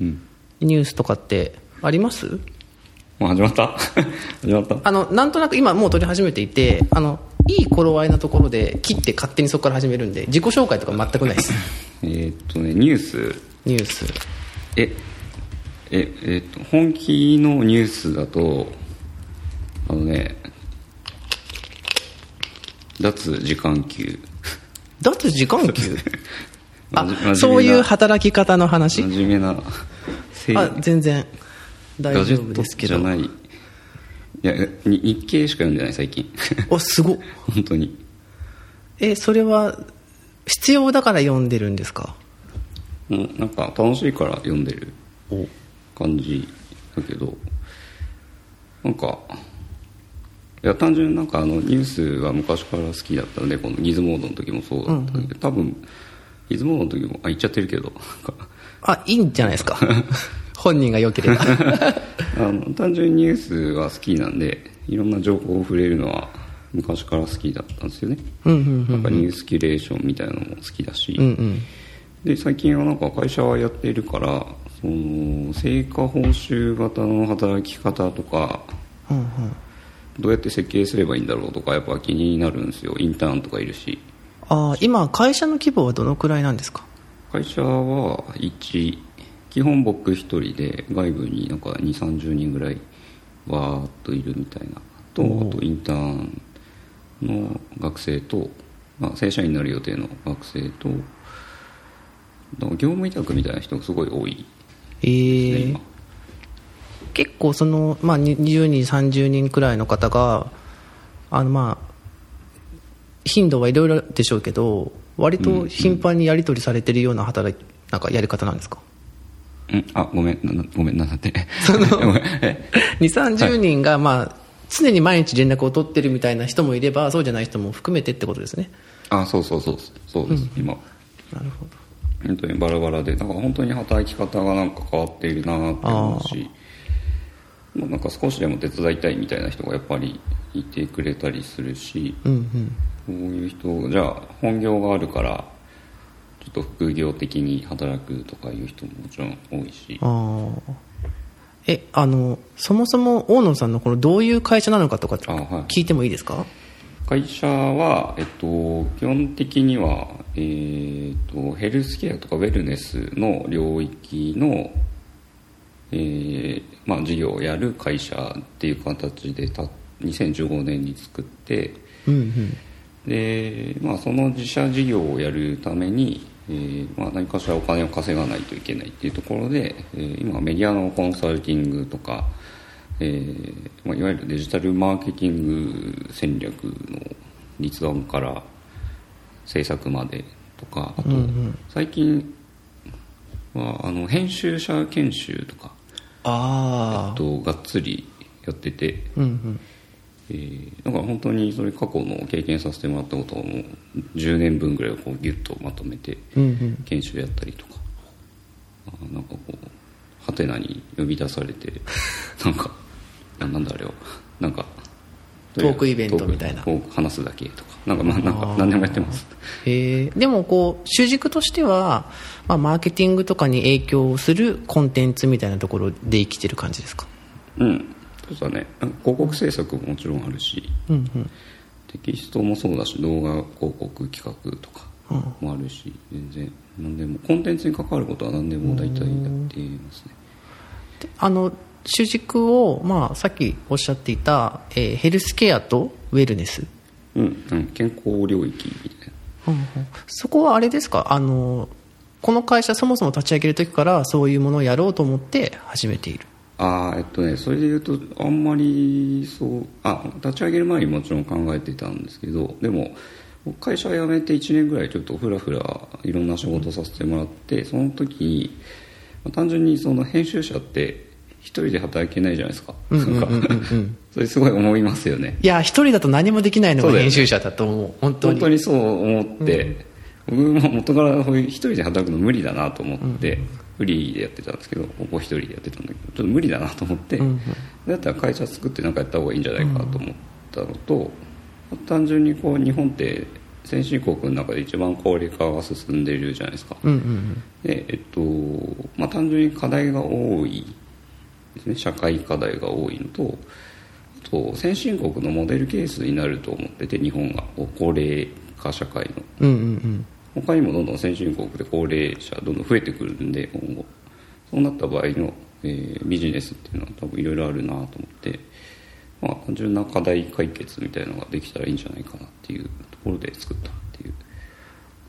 うんニュースとかってありますもう始まった 始まったあのなんとなく今もう撮り始めていてあのいい頃合いのところで切って勝手にそこから始めるんで自己紹介とか全くないです えーっとねニュースニュースえええーっと本気のニュースだとあのね脱時間給脱時間給あ真面目なそういう働き方の話真面目なせいあ全然大ガジ丈夫ェットですけじゃどないいやに日経しか読んでない最近 おすごっ本当にえそれは必要だから読んでるんですかうんなんか楽しいから読んでる感じだけどなんかいや単純になんかあのニュースが昔から好きだったのでこのギズモードの時もそうだったんだけど、多分ギズモードの時もあ言っちゃってるけどなんかあいいんじゃない ですか本人が良ければあの単純にニュースが好きなんでいろんな情報を触れるのは昔から好きだったんですよねなんかニュースキュレーションみたいなのも好きだし、で最近はなんか会社はやっているからその成果報酬型の働き方とかどうやって設計すればいいんだろうとかやっぱ気になるんですよインターンとかいるしあ今会社の規模はどのくらいなんですか会社は1基本僕1人で外部になんか2 3 0人ぐらいわーっといるみたいなとあとインターンの学生と、まあ、正社員になる予定の学生とだから業務委託みたいな人がすごい多いえですね、ー今、結構その、まあ、に20人30人くらいの方があのまあ頻度はいろいろでしょうけど割と頻繁にやり取りされてるような働きなんかやり方なんですか うん、あごめんななごめんなさいってその ごめんえ2 3 0人が、まあ、常に毎日連絡を取ってるみたいな人もいればそうじゃない人も含めてってことですねあそうそうそうそうです、今なるほど本当にバラバラでだから本当に働き方がなんか変わっているなって思うしまあ、なんか少しでも手伝いたいみたいな人がやっぱりいてくれたりするし、こういう人じゃあ本業があるからちょっと副業的に働くとかいう人ももちろん多いしああえあのそもそも大野さんのこのどういう会社なのかとかあはい聞いてもいいですか会社は、えっと、基本的には、えーっとヘルスケアとかウェルネスの領域の、えーまあ、事業をやる会社っていう形でた2015年に作ってで、まあ、その自社事業をやるために、えーまあ、何かしらお金を稼がないといけないっていうところで、えー今メディアのコンサルティングとか、えーまあ、いわゆるデジタルマーケティング戦略の立案から制作までとかあと最近はあの編集者研修とかああとがっつりやってて。うんうんえーだから本当にそれ過去の経験させてもらったことをもう10年分ぐらいをこうギュッとまとめてうんうん研修やったりとか、あーなんかこうハテナに呼び出されて なんかななんだあれはなんかトークイベントみたいなトーク話すだけとかなんかまあなんか何でもやってますへえでもこう主軸としては、まあ、マーケティングとかに影響するコンテンツみたいなところで生きてる感じですかうんそうだねなんか広告制作ももちろんあるし、テキストもそうだし動画広告企画とかもあるし、全然何でもコンテンツに関わることは何でも大体やっていますねであの主軸を、まあ、さっきおっしゃっていた、えーヘルスケアとウェルネスうん、うん、健康領域みたいなそこはあれですかあのこの会社そもそも立ち上げる時からそういうものをやろうと思って始めているあーえっとねそれで言うとあんまりそうあ立ち上げる前にもちろん考えてたんですけどでも僕会社辞めて1年ぐらいちょっとふらふらいろんな仕事させてもらってその時にまあ単純にその編集者って一人で働けないじゃないですかなんかそれすごい思いますよねいや一人だと何もできないのそがうだよね編集者だと思う本当本に当にそう思って、僕も元からこういう一人で働くの無理だなと思って、フリーでやってたんですけどここ一人でやってたんだけどちょっと無理だなと思って、だったら会社作って何かやった方がいいんじゃないかと思ったのと、単純にこう日本って先進国の中で一番高齢化が進んでいるじゃないですか、うんうんでえっとまあ、単純に課題が多いですね社会課題が多いのとあと先進国のモデルケースになると思ってて日本がこう高齢化社会のうんうんうん他にもどんどん先進国で高齢者どんどん増えてくるんで今後そうなった場合の、えービジネスっていうのは多分いろいろあるなと思って、まあ、単純な課題解決みたいなのができたらいいんじゃないかなっていうところで作ったっていう、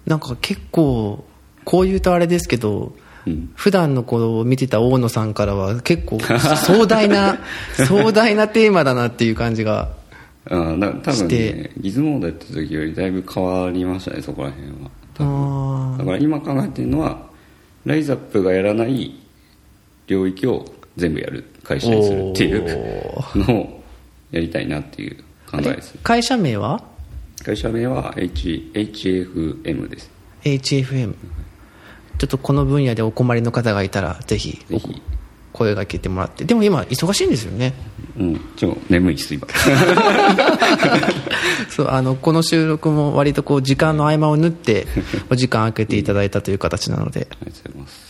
なんか結構こう言うとあれですけどうん、普段のこう見てた大野さんからは結 構壮大な壮大なテーマだなっていう感じがあーだ多分してねギズモードやった時よりだいぶ変わりましたねそこら辺は多あ分ーだから今考えてるのはライザップがやらない領域を全部やる会社にするっていうおーのをやりたいなっていう考えです会社名は会社名は H HFM です HFM ちょっとこの分野でお困りの方がいたらぜひぜひ声がけてもらってでも今忙しいんですよね うんちょっと眠いです 今そうあのこの収録も割とこう時間の合間を縫ってお時間空けていただいたという形なのでありがとうございます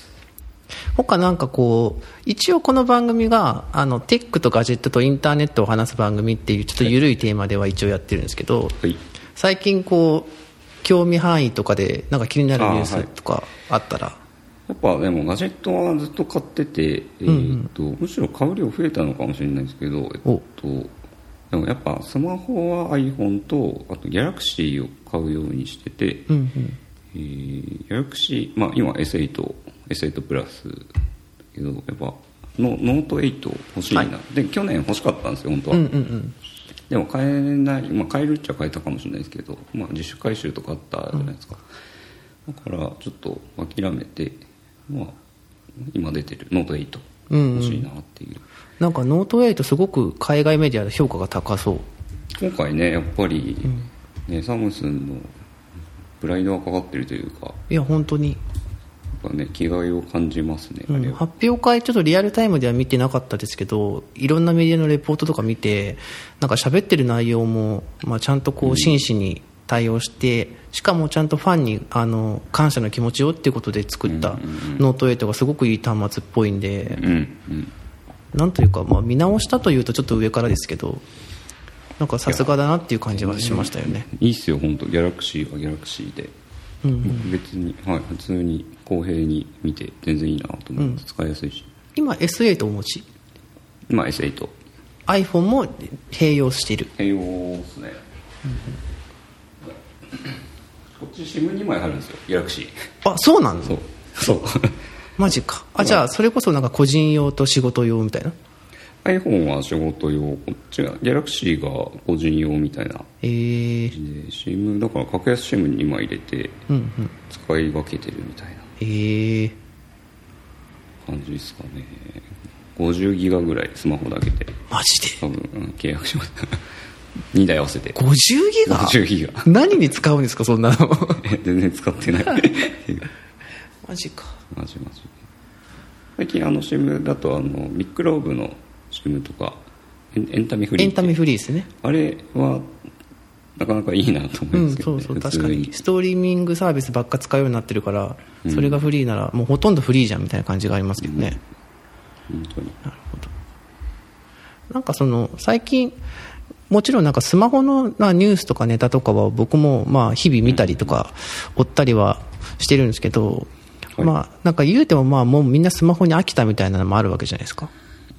他なんかこう一応この番組があのテックとガジェットとインターネットを話す番組っていうちょっと緩いテーマでは一応やってるんですけどはい最近こう興味範囲とかでなんか気になるニューあーはスいとかあったら、やっぱでもガジェットはずっと買ってて、えーっとむしろ買う量増えたのかもしれないですけど、えっおと、でもやっぱスマホは iPhone とあと Galaxy を買うようにしてて、うんうんえー、Galaxy、まあ、今 S8、S8 プラスだけどやっぱノノート8欲しいな、で去年欲しかったんですよ本当は。うんうんでも買えない、まあ、買えるっちゃ買えたかもしれないですけど、まあ、自主回収とかあったじゃないですか、だからちょっと諦めて、まあ、今出てるノート8うんうん欲しいなっていう、なんかノート8すごく海外メディアで評価が高そう今回ねやっぱり、ねサムスンのプライドがかかってるというかいや本当に、やっぱね気概を感じますね、うんあれは発表会ちょっとリアルタイムでは見てなかったですけどいろんなメディアのレポートとか見てなんか喋ってる内容も、まあ、ちゃんとこう真摯に対応して、しかもちゃんとファンにあの感謝の気持ちをっていうことで作ったノート8がすごくいい端末っぽいんでうんうんなんというか、まあ、見直したというとちょっと上からですけどなんかさすがだなっていう感じはしましたよね。いいっすよ本当ギャラクシーはギャラクシーで、僕別に、はい、普通に公平に見て全然いいなと思って、使いやすいし今 S8 をお持ち今 S8 iPhone も併用している併用ですね、こっち SIM2 枚貼るんですよギャラクシーあそうなのそうそうマジかあじゃあそれこそなんか個人用と仕事用みたいな iPhone は仕事用こっちがギャラクシーが個人用みたいなえー、感じで SIM だから格安 SIM2 枚入れてうんうん使い分けてるみたいなえー、感じですかね50ギガぐらいスマホだけでマジで多分、うん契約しました 2台合わせて50ギガ50ギガ 何に使うんですかそんなのえ全然使ってないっていうマジか マジマジ最近あの SIM だとあのビッグローブの SIM とかエンエンタメフリエーンってタメフリーですねあれはなかなかいいなと思ういまんすけそど、うねそう普確通かにストリーミングサービスばっか使うようになってるからそれがフリーならもうほとんどフリーじゃんみたいな感じがありますけどね、本当になるほどなんかその最近もちろんなんかスマホのまあニュースとかネタとかは僕もまあ日々見たりとか追ったりはしてるんですけど、はいまあなんか言うてもまあもうみんなスマホに飽きたみたいなのもあるわけじゃないですか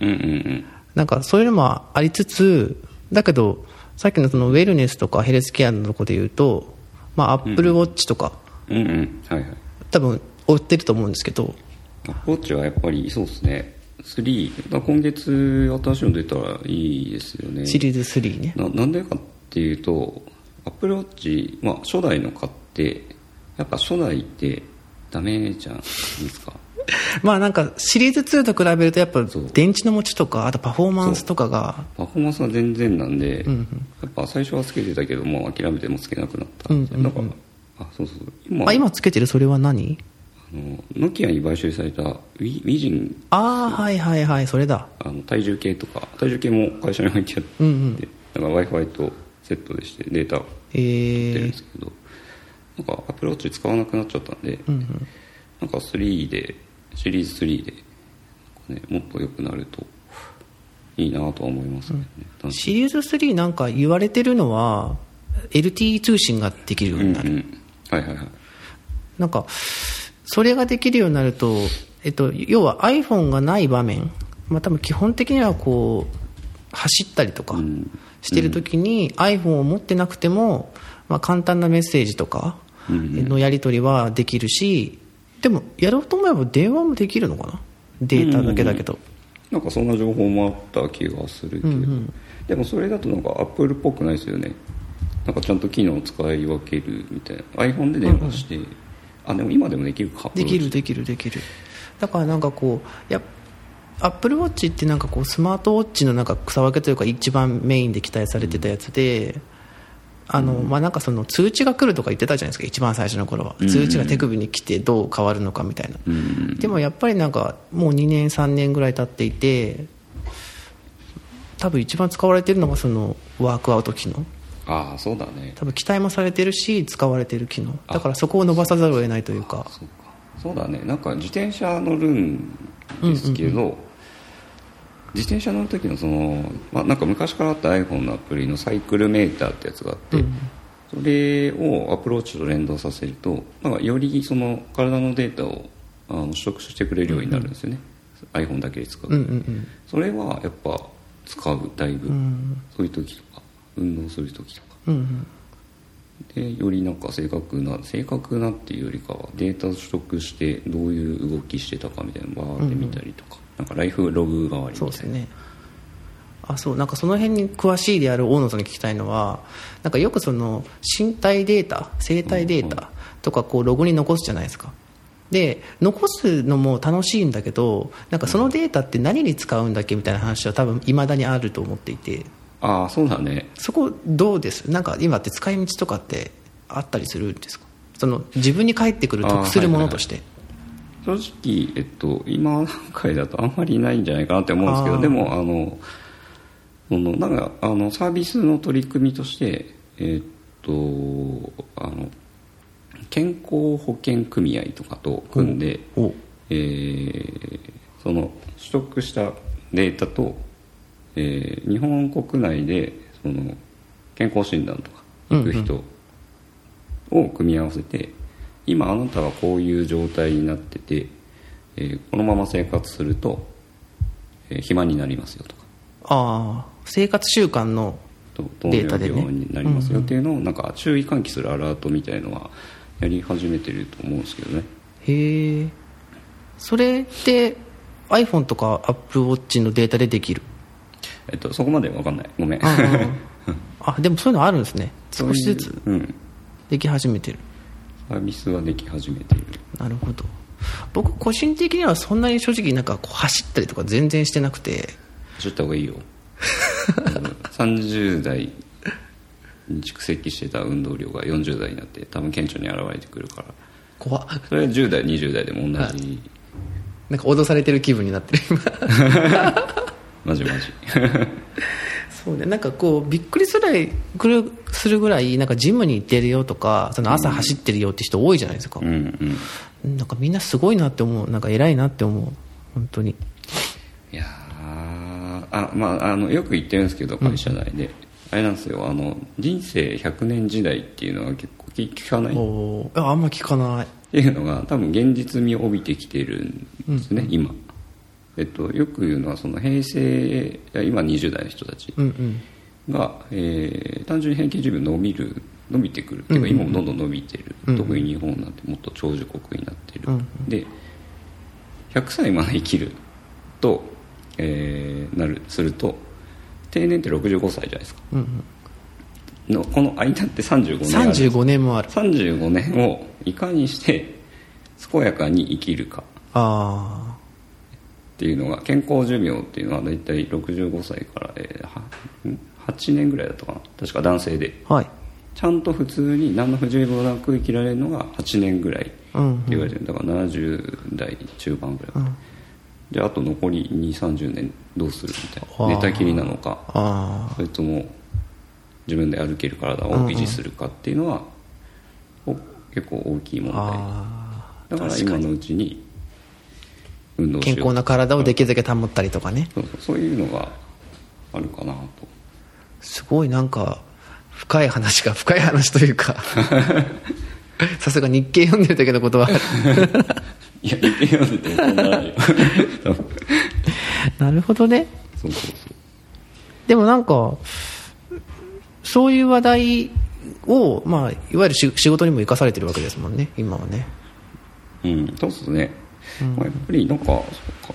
うんうんうんなんかそういうのもありつつだけどさっきのそのウェルネスとかヘルスケアのとこで言うとまあアップルウォッチとかうんうんはいはい多分追ってると思うんですけどアップローチはやっぱりそうですね3だから今月新しいの出たらいいですよねシリーズ3ねななんでかっていうとアップルウォッチ、まあ、初代の買ってやっぱ初代ってダメじゃないですか まあなんかシリーズ2と比べるとやっぱそう電池の持ちとかあとパフォーマンスとかがパフォーマンスは全然なんで、やっぱ最初はつけてたけど、まあ、諦めてもつけなくなったんですよ、だからあそうそう今あ今つけてるそれは何あのノキアに買収されたウィウィジンああはいはいはいそれだあの体重計とか体重計も会社に入っちゃっうて、んうんだから w i f i とセットでしてデータえ出るんーですけど、なんかアプローチ使わなくなっちゃったんで、うんうんなんか3でシリーズ3で、ね、もっと良くなるといいなとは思いますけどね、単純シリーズ3なんか言われてるのは LTE 通信ができるようにになる、うんうん、はいはいはいなんかそれができるようになると、えっと、要は iPhone がない場面、まあ、多分基本的にはこう走ったりとかんしてる時に iPhone を持ってなくても、まあ、簡単なメッセージとかのやり取りはできるしでもやろうと思えば電話もできるのかなデータだけだけど、なんかそんな情報もあった気がするけど、でもそれだとなんかアップルっぽくないですよねなんかちゃんと機能を使い分けるみたいな iPhone で電話して、あでも今でもできるかできるできるできるだからなんかこうやアップルウォッチってなんかこうスマートウォッチのなんか草分けというか一番メインで期待されてたやつで、あのまあ、なんかその通知が来るとか言ってたじゃないですか一番最初の頃は通知が手首に来てどう変わるのかみたいな、でもやっぱりなんかもう2年3年ぐらい経っていて多分一番使われてるのがそのワークアウト機能ああそうだね多分期待もされてるし使われてる機能だからそこを伸ばさざるを得ないというかそうかそうだねなんか自転車乗るんですけど、自転車乗る時のその、まあ、なんか昔からあった iPhone のアプリのサイクルメーターってやつがあって、それをアプローチと連動させるとなんかよりその体のデータをあの取得してくれるようになるんですよね、iPhone だけで使う、うんうんうんそれはやっぱ使うだいぶ、そういう時とか運動する時とかうんうんでよりなんか正確な正確なっていうよりかはデータを取得してどういう動きしてたかみたいなのをバーって見たりとか、なんかライフログ代わりみたそいうなですねあそうなんかその辺に詳しいである大野さんに聞きたいのはなんかよくその身体データ生体データとかこうログに残すじゃないですかで残すのも楽しいんだけどなんかそのデータって何に使うんだっけみたいな話は多分いまだにあると思っていてああそうだねそこどうですなんか今って使い道とかってあったりするんですかその自分に返ってくる得するものとして正直、えっと、今段階だとあんまりないんじゃないかなって思うんですけあどーでもあのそのなんかあのサービスの取り組みとして、えっと、あの健康保険組合とかと組んで、おえーその取得したデータと、えー日本国内でその健康診断とか行く人を組み合わせて、今あなたはこういう状態になってて、えーこのまま生活すると、えー暇になりますよとかああ生活習慣のとデータでね糖尿病になりますよっていうのをなんか注意喚起するアラートみたいのはやり始めてると思うんですけどね。へえそれって iPhone とか AppleWatch のデータでできるえっと、そこまでわかんないごめんあでもそういうのあるんですね少しずつ うんでき始めてるサービスはでき始めているなるほど僕個人的にはそんなに正直なんかこう走ったりとか全然してなくて走った方がいいようん30代に蓄積してた運動量が40代になって多分顕著に現れてくるから怖っそれは10代20代でも同じなんか脅されてる気分になってる今マジマジそうねなんかこうびっくりするぐらいぐるするぐらいなんかジムに行ってるよとかその朝走ってるよって人多いじゃないですか う、んうんなんかみんなすごいなって思うなんか偉いなって思う本当にいやーあまああのよく言ってるんですけど会社内で、あれなんですよあの人生100年時代っていうのは結構聞かないっおーああんま聞かないていうのが多分現実味を帯びてきてるんですね、今、えっと、よく言うのはその平成いや今20代の人たち、うんうんが、えー単純に平均寿命伸びる伸びてくるっていうか今もどんどん伸びてる、特に日本なんてもっと長寿国になってる、うんで100歳まで生きると、えーなるすると定年って65歳じゃないですかうんうんのこの間って35年ある35年もある35年をいかにして健やかに生きるかあっていうのが健康寿命っていうのは大体65歳から、えーはん8年ぐらいだったかな確か男性であはいちゃんと普通に何の不自由もなく生きられるのが8年ぐらいってうんうん言われてるだから70代中盤ぐらい、うんであと残り2 3 0年どうするみたいあーな寝たきりなのかあそれとも自分で歩ける体を維持するかっていうのは、お結構大きい問題あだから今のうちに運動ーしよう健康な体をできるだけ保ったりとかねそうそうそういうのがあるかなとすごいなんか深い話が深い話という かさすが日経読んでるだけのことはあるいや言ってよって怒んないよ多分 なるほどねそうそうそうでもなんかそういう話題を、まあ、いわゆるし仕事にも生かされてるわけですもんね今はねうん、そうっすね、まあ、やっぱりなんかそ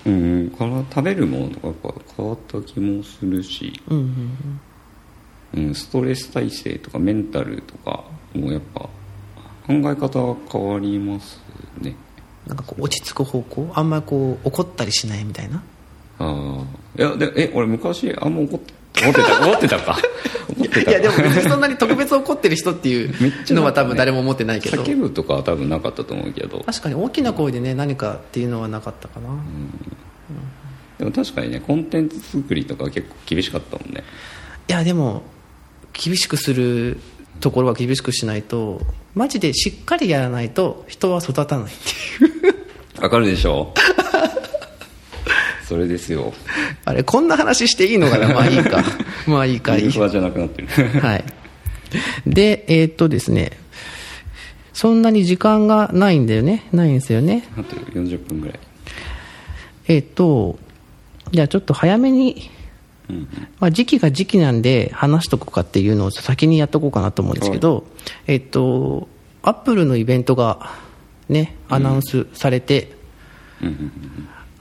うか、うん、から食べるものとかやっぱ変わった気もするし、うんうんうん、ストレス耐性とかメンタルとかもやっぱ考え方が変わりますねなんかこう落ち着く方向あんまりこう怒ったりしないみたいなああいやでえ俺昔あんま怒って 怒ってた怒ってたか怒ってたいかやでも別にそんなに特別怒ってる人っていうのは多分誰も思ってないけど叫ぶとかは多分なかったと思うけど確かに大きな声でね何かっていうのはなかったかな、でも確かにねコンテンツ作りとかは結構厳しかったもんねいやでも厳しくするところは厳しくしないとマジでしっかりやらないと人は育たないっていうわかるでし ょそれですよ あれこんな話していいのかなまあいいかまあいいかいイいンフラじゃなくなってるはいでえーっとですねそんなに時間がないんだよねないんですよねあと40分ぐらいえーっとじゃあちょっと早めに、うんまあ、時期が時期なんで話しとこうかっていうのを先にやっとこうかなと思うんですけど、えっとアップルのイベントがねアナウンスされて、うんうんうん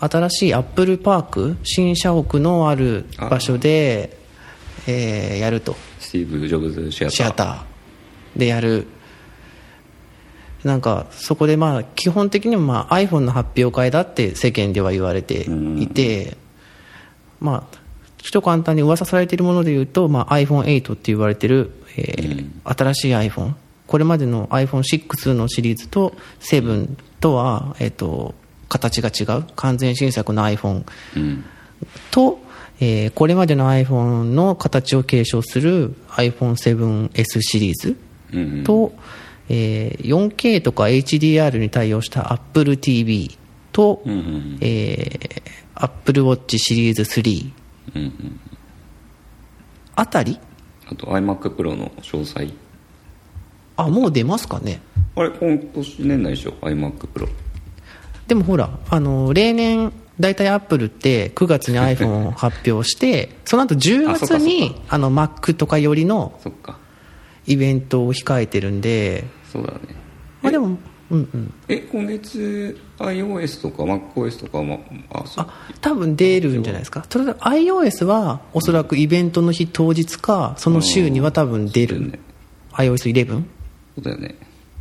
新しいアップルパーク新社屋のある場所で、えーやるとスティーブ・ジョブズシアターシアターでやるなんかそこでまあ基本的にもまあ iPhone の発表会だって世間では言われていて、まあちょっと簡単に噂されているもので言うと、まあ、iPhone8 って言われてる、えー新しい iPhone これまでの iPhone6 のシリーズと7とは、えっと形が違う完全新作の iPhone うんと、えーこれまでの iPhone の形を継承する iPhone7S シリーズうんうんと、えー 4K とか HDR に対応した Apple TV と、うんうんえー Apple Watch シリーズ3うんうんあたりあと iMacPro の詳細あもう出ますかねあれ今年年内でしょ iMacPro でもほらあの例年大体アップルって9月に iPhone を発表して その後10あそ月っかそっかにあの Mac とかよりのそっかイベントを控えてるんでそうだねまあでもうんうんえ今月 iOS とか MacOS とか、ま、あそうあ多分出るんじゃないですかとりあえず iOS はおそらくイベントの日当日かその週には多分出る、うんそうだよね iOS11 そうだよね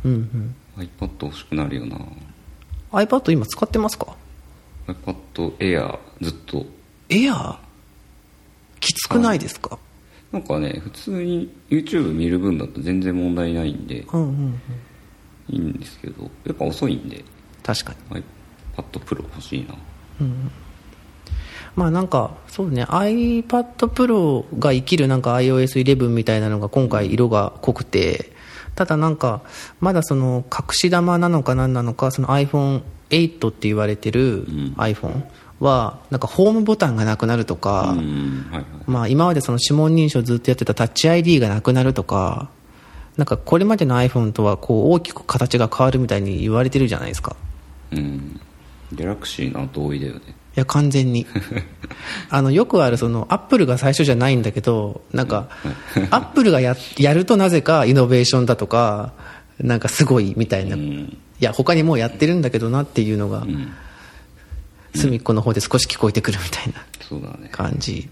うんうん iPad 欲しくなるよな iPad 今使ってますか iPad Air ずっとエアーきつくないですか、なんかね普通に YouTube 見る分だと全然問題ないんでうんうんうんいいんですけどやっぱ遅いんで確かに iPad Pro 欲しいなまあなんかそうね iPad Pro が生きるなんか iOS11 みたいなのが今回色が濃くてただなんかまだその隠し玉なのか何なのかその iPhone8 って言われてる iPhone はなんかホームボタンがなくなるとか、うんはいはいまあ、今までその指紋認証ずっとやってたタッチ ID がなくなるとかなんかこれまでの iPhone とはこう大きく形が変わるみたいに言われてるじゃないですかうんギャラクシーの後追いだよねいや完全 にあのよくあるそのアップルが最初じゃないんだけどなんかアップルがややるとなぜかイノベーションだとかなんかすごいみたいな、ういんや他にもうやってるんだけどなっていうのがうん隅っこの方で少し聞こえてくるみたいなそうだね感じ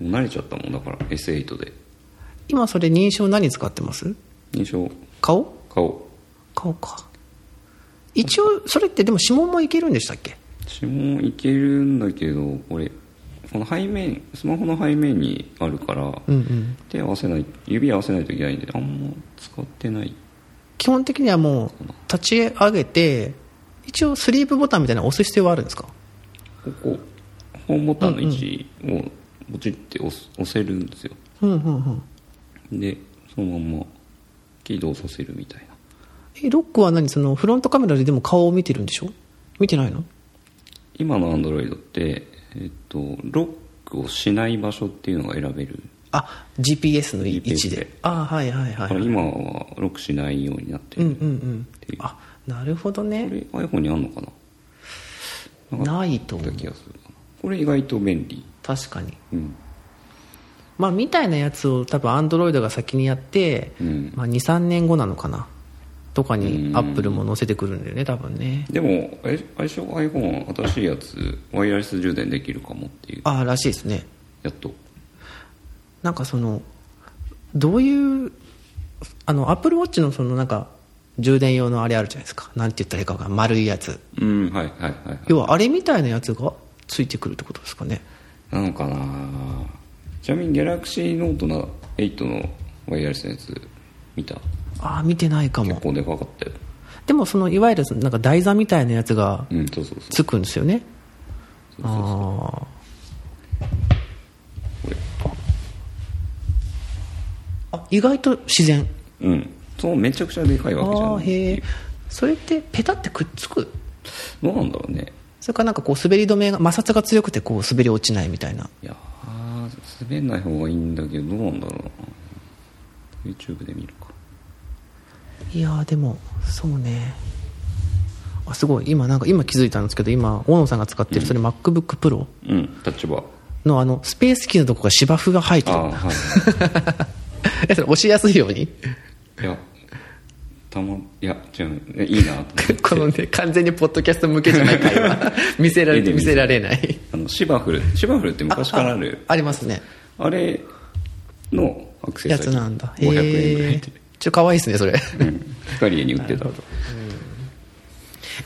もう慣れちゃったもんだから S8 で今それ認証何使ってます認証顔顔顔か一応それってでも指紋もいけるんでしたっけ指紋いけるんだけど俺この背面スマホの背面にあるから、うんうん手合わせない指合わせないといけないんであんま使ってない基本的にはもう立ち上げて一応スリープボタンみたいなの押す必要はあるんですかここホームボタンの位置をポチって押す押せるんですようんうんうんでそのまんま起動させるみたいなえロックは何そのフロントカメラででも顔を見てるんでしょ見てないの今の Android って、えっと、ロックをしない場所っていうのが選べるあ GPS の位 GPS 置でであはいはいはいだから今はロックしないようになってうんうるんうんっていうあなるほどこねれ iPhone にあんのかななんかないと思あうった気がするかなこれ意外と便利確かにうんまあみたいなやつを多分アンドロイドが先にやって、うんまあ、23年後なのかなとかにうんアップルも載せてくるんだよね多分ねでもえ相性 iPhone 新しいやつワイヤレス充電できるかもっていうああらしいですねやっとなんかそのどういうあのアップルウォッチのそのなんか充電用のあれあるじゃないですかなんて言ったらいいかが丸いやつうんはいはいはいはい要はあれみたいなやつがついてくるってことですかねなのかなちなみに Galaxy ノートな8のワイヤレスのやつ見たああ見てないか結も構でかかったよでもそのいわゆるそのなんか台座みたいなやつがうんそうそうそうつくんですよねああこれあ意外と自然うんそうめちゃくちゃでかいわけじゃああないへえそれってペタってくっつくどうなんだろうねそれかなんかこう滑り止めが摩擦が強くてこう滑り落ちないみたいないやー滑んない方がいいんだけどどうなんだろうな YouTube で見るかいやーでもそうねあすごい今なんか今気づいたんですけど今大野さんが使ってるそれ MacBookPro うん立場のあのスペースキーのとこが芝生が入ってあるあはい えそれ押しやすいようにいやたまいや違ういやいいなと思 ってこのね完全にポッドキャスト向けじゃない会話見せられ絵でて見見せせるられないあのシバフルシバフルって昔からあるありますねあれのアクセやサリーつなんだ500円ぐらいえで、ちょっと可愛いですねそれうん、光家に売ってた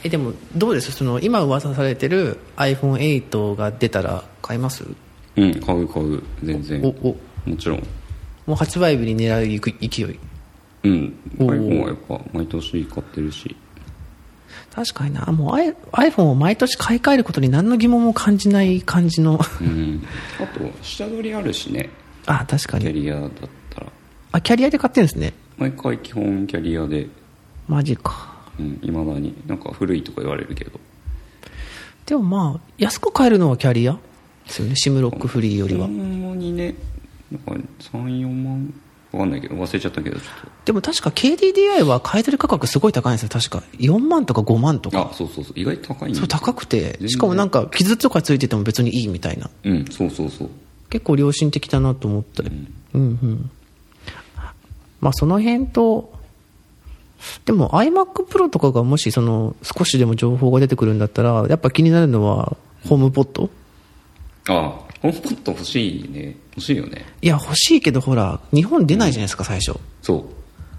えでもどうですその今噂されてる iPhone8 が出たら買いますうん買う買う全然おおもちろんもう発売日に狙う勢いうんお iPhone はやっぱ毎年買ってるし確かになもう i- iPhone を毎年買い替えることに何の疑問も感じない感じ のうんあと下取りあるしねあ確かキャにリアだったらあキャリアで買ってるんですね毎回基本キャリアでマジかいま、未だになんか古いとか言われるけどでもまあ安く買えるのはキャリアですよねシムロックフリーよりはほんまにねなんか34万わかんないけど忘れちゃったけどちょっでも確か KDDI は買い取り価格すごい高いんですよ確か4万とか5万ととかあそうそうそう意外と高いんだそう高くて然しかもなんか傷とかついてても別にいいみたいなうんそうそうそう結構良心的だなと思ったり、うん、うんまあその辺とでも iMacPro とかがもしその少しでも情報が出てくるんだったらやっぱ気になるのはホームポットあホームポット欲しいね欲しいよねいや欲しいけどほら日本出ないじゃないですか最初そう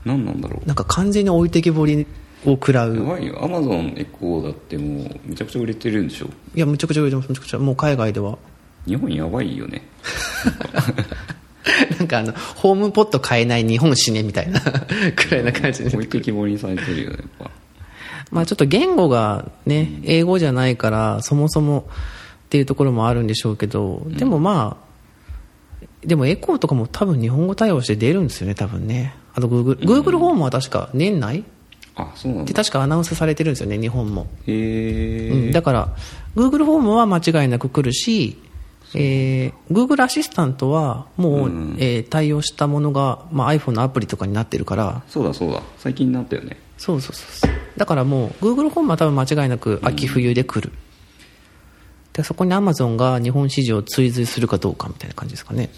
何なんだろうなんか完全に置いてけぼりを食らやうばいよアマゾンエコーだってもうめちゃくちゃ売れてるんでしょいやむちゃくちゃ売れてますむちゃくちゃもう海外では 日本やばいよねなんかあのホームポット買えない日本死ねみたいな くらいな感じで置いてきぼりにされてるよねやっ まあ、ちょっと言語がね、英語じゃないからそもそもっていうところもあるんでしょうけど、でもまあでもエコーとかも多分日本語対応して出るんですよね多分ねあと Google, Google ホームは確か年内ぱあそうなんでだ確かアナウンスされてるんですよね日本も、へえ、うん、だから Google ホームは間違いなく来るし、えー、Google アシスタントはもう、えー対応したものが、まあ、iPhone のアプリとかになってるからそうだそうだ最近になったよねそうそうそうそうだからもう Google ホームは多分間違いなく秋冬で来る、でそこに Amazon が日本市場を追随するかどうかみたいな感じですかね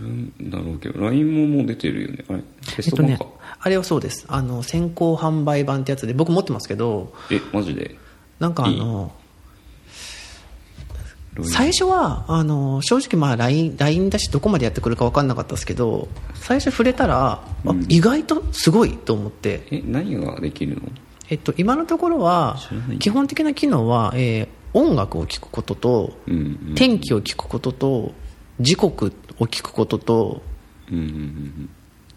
売るんだろうけど LINE ももう出てるよねあれテえスっトと版ねか、あれはそうですあの先行販売版ってやつで僕持ってますけどえマジでなんかあのロイ最初はあの正直まあ LINE, LINE だしどこまでやってくるか分かんなかったですけど最初触れたら、あ意外とすごいと思ってえ何ができるのえっと、今のところはらない基本的な機能は、えー音楽を聴くことと、うんうん天気を聞くことと時刻を聞くこととうんうん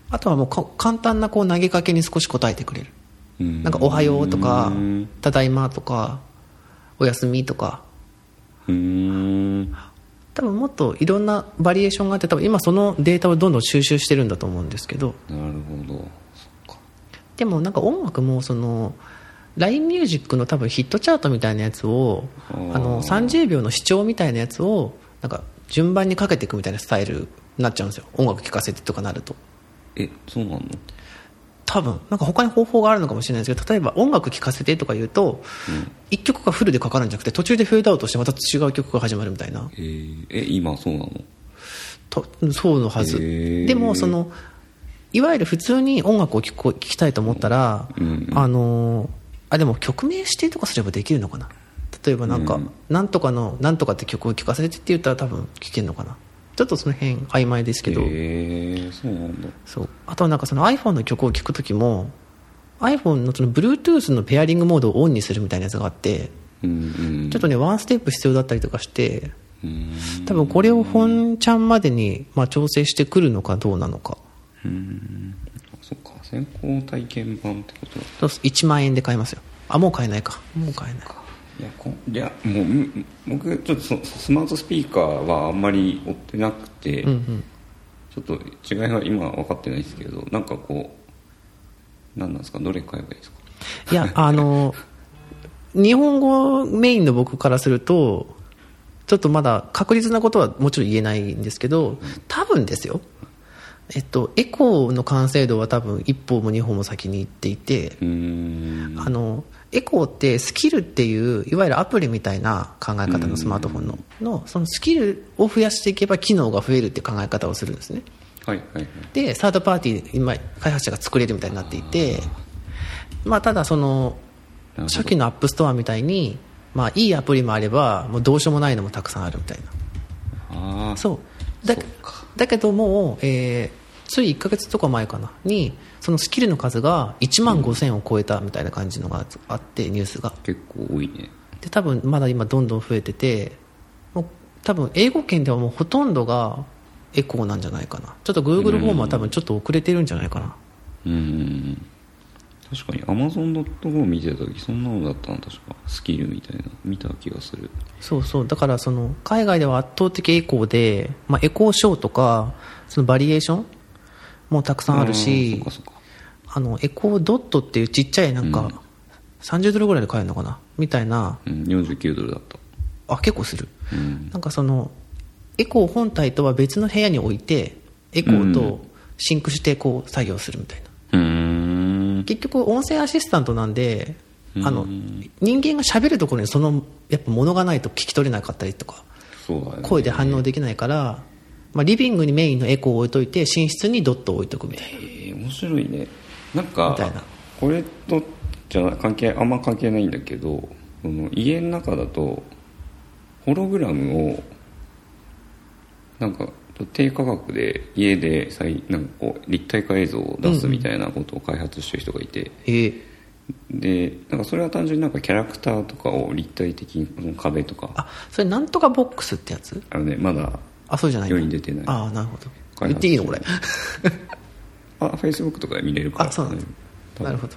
あとはもうか簡単なこう投げかけに少し答えてくれるうんうんなんか「おはよう」とかうん「ただいま」とか「おやすみ」とかうーん多分もっといろんなバリエーションがあって多分今そのデータをどんどん収集してるんだと思うんですけどなるほどそっかでもなんか音楽もその LINE ミュージックの多分ヒットチャートみたいなやつをああーの30秒の視聴みたいなやつをなんか順番にかけていくみたいなスタイルになっちゃうんですよ音楽聴かせてとかなるとえそうなんの多分なんか他に方法があるのかもしれないですけど例えば音楽聴かせてとか言うと、一1曲がフルでかかるんじゃなくて途中でフェードアウトしてまた違う曲が始まるみたいなえーえ今そうなのとそうのはずへーでもそのいわゆる普通に音楽を聴こ聴きたいと思ったら、うんあのーあでも曲名指定とかすればできるのかな例えばなんか、うんなんとかのなんとかって曲を聴かせてって言ったら多分聴けるのかなちょっとその辺曖昧ですけど、えー、そうなんだそうあとはなんかその iPhone の曲を聴く時も iPhone のその Bluetooth のペアリングモードをオンにするみたいなやつがあってうんうんちょっとねワンステップ必要だったりとかしてうん多分これを本ちゃんまでにまあ調整してくるのかどうなのかあそっか先行体験版ってことだそうっす1万円で買えますよあもう買えないかもう買えないいやこいやもううん僕ちょっとそスマートスピーカーはあんまり追ってなくて、ちょっと違いは今分かってないですけどなんかこう何なんですかどれ買えばいいですかいやあの日本語メインの僕からするとちょっとまだ確実なことはもちろん言えないんですけど多分ですよえっとエコーの完成度は多分1歩も2歩も先に行っていてうーんあのエコーってスキルっていういわゆるアプリみたいな考え方のスマートフォンののそのスキルを増やしていけば機能が増えるっていう考え方をするんですねはいはいはいでサードパーティー今開発者が作れるみたいになっていてまあ、ただそのなるほど初期のアップストアみたいに、まあ、いいアプリもあればもうどうしようもないのもたくさんあるみたいなああそうだそっかだけどもう、えーつい1ヶ月とか前かなにそのスキルの数が1万5000を超えたみたいな感じのがあってニュースが結構多いねで多分まだ今どんどん増えててもう多分英語圏ではもうほとんどがエコーなんじゃないかなちょっと Google フォームは多分ちょっと遅れてるんじゃないかな、うーん確かに Amazon.com 見てた時そんなのだったな確かスキルみたいな見た気がするそうそうだからその海外では圧倒的エコーで、まあ、エコーショーとかそのバリエーションもたくさんあるーそしっかそっかあのエコードットっていうちっちゃいなんか30ドルぐらいで買えるのかなみたいなうん49ドルだったあ結構するうんなんかそのエコー本体とは別の部屋に置いてエコーとシンクしてこう作業するみたいなうーん結局音声アシスタントなんであの人間が喋るところにそのやっぱ物がないと聞き取れなかったりとかそうだよね声で反応できないから、まあ、リビングにメインのエコーを置いといて寝室にドットを置いとくみたいなえー面白いねなんかみたいなこれとじゃな関係あんま関係ないんだけどその家の中だとホログラムをなんか低価格で家で再なんかこう立体化映像を出すみたいなことを開発してる人がいて、えーでなんかそれは単純になんかキャラクターとかを立体的にこの壁とかあそれなんとかボックスってやつあのねまだあそうじゃないんだ世に出てないああなるほど開発言っていいのこれあフェイスブックとかで見れるか らあそうなんだ多分なるほど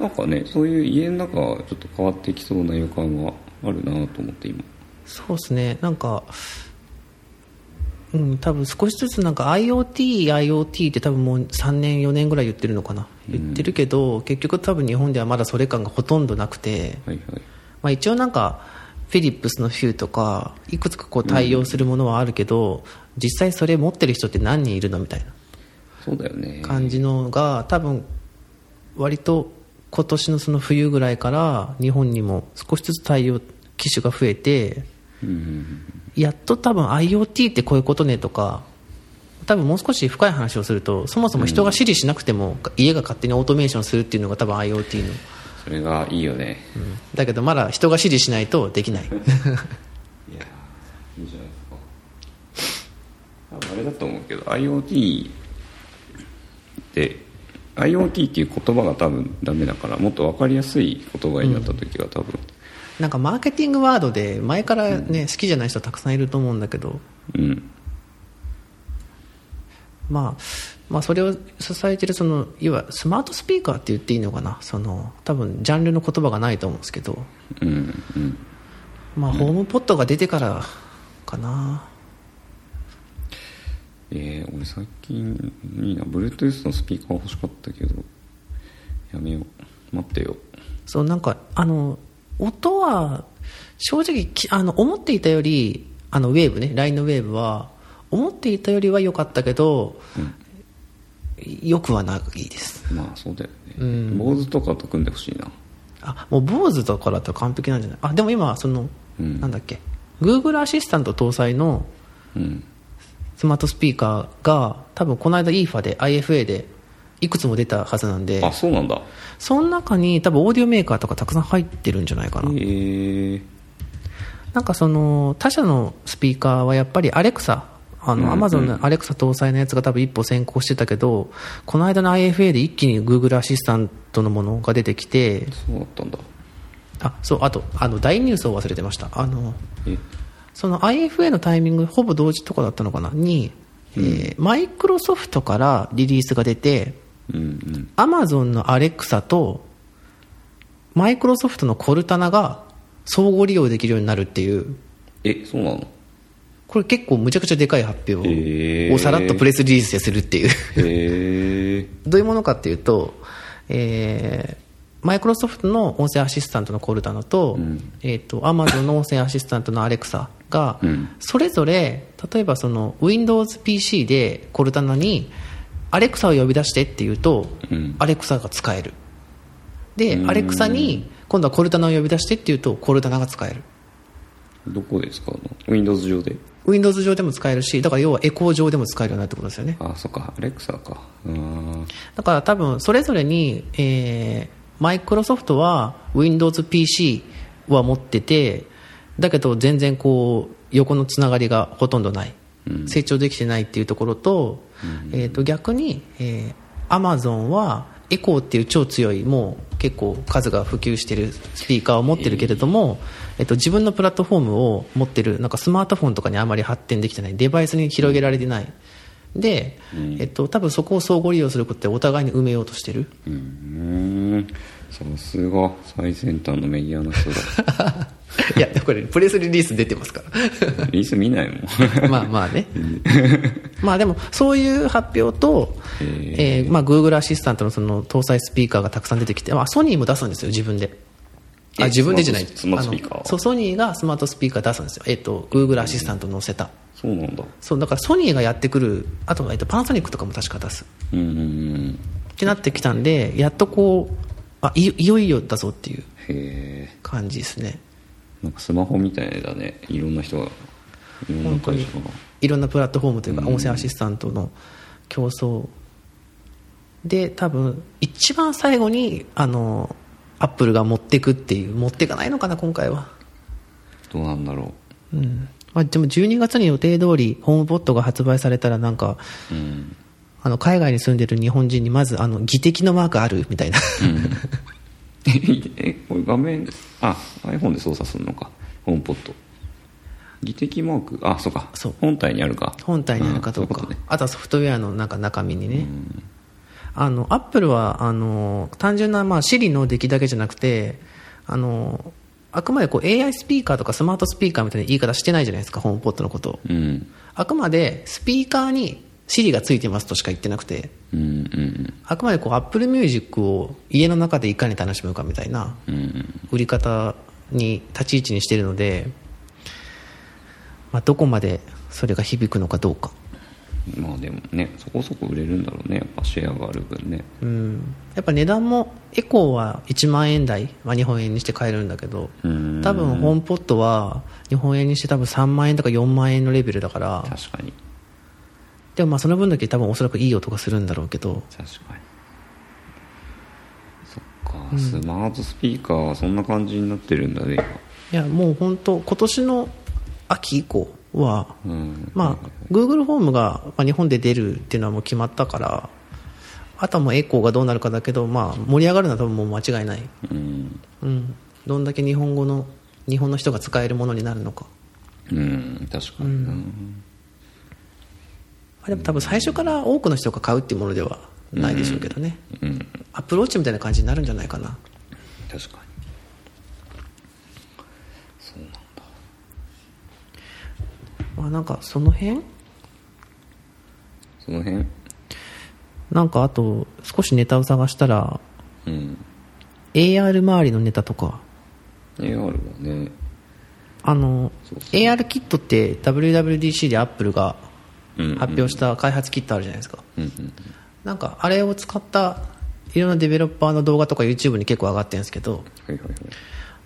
なんかねそういう家の中はちょっと変わってきそうな予感はあるなと思って今そうですねなんかうん多分少しずつなんか IoTIoT って多分もう3年4年ぐらい言ってるのかな言ってるけど、結局多分日本ではまだそれ感がほとんどなくてはいはいまあ、一応なんかフィリップスのヒューとかいくつかこう対応するものはあるけど、実際それ持ってる人って何人いるのみたいなそうだよね感じのが多分割と今年のその冬ぐらいから日本にも少しずつ対応機種が増えてうんやっと多分 IoT ってこういうことねとか多分もう少し深い話をするとそもそも人が指示しなくても家が勝手にオートメーションするっていうのが多分 IoT のそれがいいよね、だけどまだ人が指示しないとできないいやいいじゃないですかあれだと思うけど IoT で IoT っていう言葉が多分ダメだからもっと分かりやすい言葉になった時が多分、なんかマーケティングワードで前からね、好きじゃない人たくさんいると思うんだけど、うん、まあ、まあそれを支えてるそのいわゆるスマートスピーカーって言っていいのかなその多分ジャンルの言葉がないと思うんですけど、うんうんまあ、ホームポットが出てからかな、えー、俺最近いいな Bluetooth のスピーカー欲しかったけどやめよう待ってよそうなんかあの音は正直きあの思っていたよりあのウェーブね LINE のウェーブは思っていたよりは良かったけど、良くはないですまあそうだよね坊主とかと組んでほしいなあもう坊主だからだと完璧なんじゃないあでも今その、うんなんだっけ Google アシスタント搭載のうんスマートスピーカーが多分この間 IFA で IFA でいくつも出たはずなんであそうなんだその中に多分オーディオメーカーとかたくさん入ってるんじゃないかな、へえなんかその他社のスピーカーはやっぱりアレクサあのアマゾンのアレクサ搭載のやつが多分一歩先行してたけどこの間の IFA で一気に Google アシスタントのものが出てきてそうだったんだあそうあとあの大ニュースを忘れてましたあのえその IFA のタイミングほぼ同時とかだったのかなにマイクロソフトからリリースが出てうんうんアマゾンのアレクサとマイクロソフトのコルタナが相互利用できるようになるっていうえそうなのこれ結構むちゃくちゃでかい発へ表ーをさらっとプレスリリースでするっていうへえどういうものかっていうとマイクロソフトの音声アシスタントのコルタナと,、えっとアマゾンの音声アシスタントのアレクサが、うんそれぞれ例えばその WindowsPC でコルタナにアレクサを呼び出してって言うと、うんアレクサが使えるでアレクサに今度はコルタナを呼び出してって言うとコルタナが使えるどこですかあの Windows 上で Windows 上でも使えるしだから要はエコー上でも使えるようになるってことですよねあそっかアレクサかうーんだから多分それぞれに、えマイクロソフトは WindowsPC は持っててだけど全然こう横のつながりがほとんどない、成長できてないっていうところと,、えー、と逆に、えー、Amazon はエコーっていう超強いもう結構数が普及してるスピーカーを持ってるけれども、えっと、自分のプラットフォームを持ってるなんかスマートフォンとかにあまり発展できてないデバイスに広げられてない、で、えっと、多分そこを相互利用することでお互いに埋めようとしてる うーんさすが最先端のメディア の人だいやこれプレスリリース出てますかリース見ないもん らまあまあねまあでもそういう発表と、へえーまあ、Google アシスタントのその搭載スピーカーがたくさん出てきて、まあ、ソニーも出すんですよ自分であえ自分でじゃないスマートスマートスピーカーあのそうソニーがスマートスピーカー出すんですよ、えっと Google アシスタント載せた、 そうなんだそうだからソニーがやってくるあと,、えっとパナソニックとかも確か出すうんうんうんってなってきたんでやっとこうあいいよいよだぞっていうへえ感じですねなんかスマホみたいだねいろんな人がいろんな会社がいろんなプラットフォームというか音声アシスタントの競争で多分一番最後にあのアップルが持ってくっていう持っていかないのかな今回は、どうなんだろうんまあ、でも12月に予定通りホームポットが発売されたらなんかううん あの海外に住んでる日本人にまずあの技的のマークあるみたいな、えこれ画面あ iPhone で操作するのかホームポット技的マークあそうかそう本体にあるか本体にあるかどうあかそういうこあとはソフトウェアのなんか中身にね、あのアップルはあの単純な、まあ、Siri の出来だけじゃなくてあのあくまでこう AI スピーカーとかスマートスピーカーみたいな言い方してないじゃないですかホームポットのことをとねうんあくまでスピーカーに Siri がついてますとしか言ってなくてうんうんあくまでこう Apple Music を家の中でいかに楽しむかみたいなうんうん売り方に立ち位置にしてるので、まあ、どこまでそれが響くのかどうかまあでもねそこそこ売れるんだろうねやっぱシェアがある分ねうん、やっぱ値段もエコーは1万円台、まあ、日本円にして買えるんだけどうん多分ホームポットは日本円にして多分3万円とか4万円のレベルだから確かにでもまあその分だけ多分おそらくいい音がするんだろうけど確かにそっか、スマートスピーカーはそんな感じになってるんだねいやもう本当今年の秋以降は、今うんまあ、Google ホームがまあ日本で出るっていうのはもう決まったからあとはもうエコーがどうなるかだけど、まあ、盛り上がるのは多分もう間違いない、うんうん、どんだけ日本語の日本の人が使えるものになるのか。うん確かにな、まあでも多分最初から多くの人が買うっていうものではないでしょうけどね、うんアプローチみたいな感じになるんじゃないかな確かにまあなんかその辺その辺なんかあと少しネタを探したらうん AR 周りのネタとか AR はねあのそうそう AR キットって WWDC でアップルがうんうん発表した開発キットあるじゃないですか、うんうんなんかあれを使ったいろんなデベロッパーの動画とか YouTube に結構上がってるんですけどはいはいはい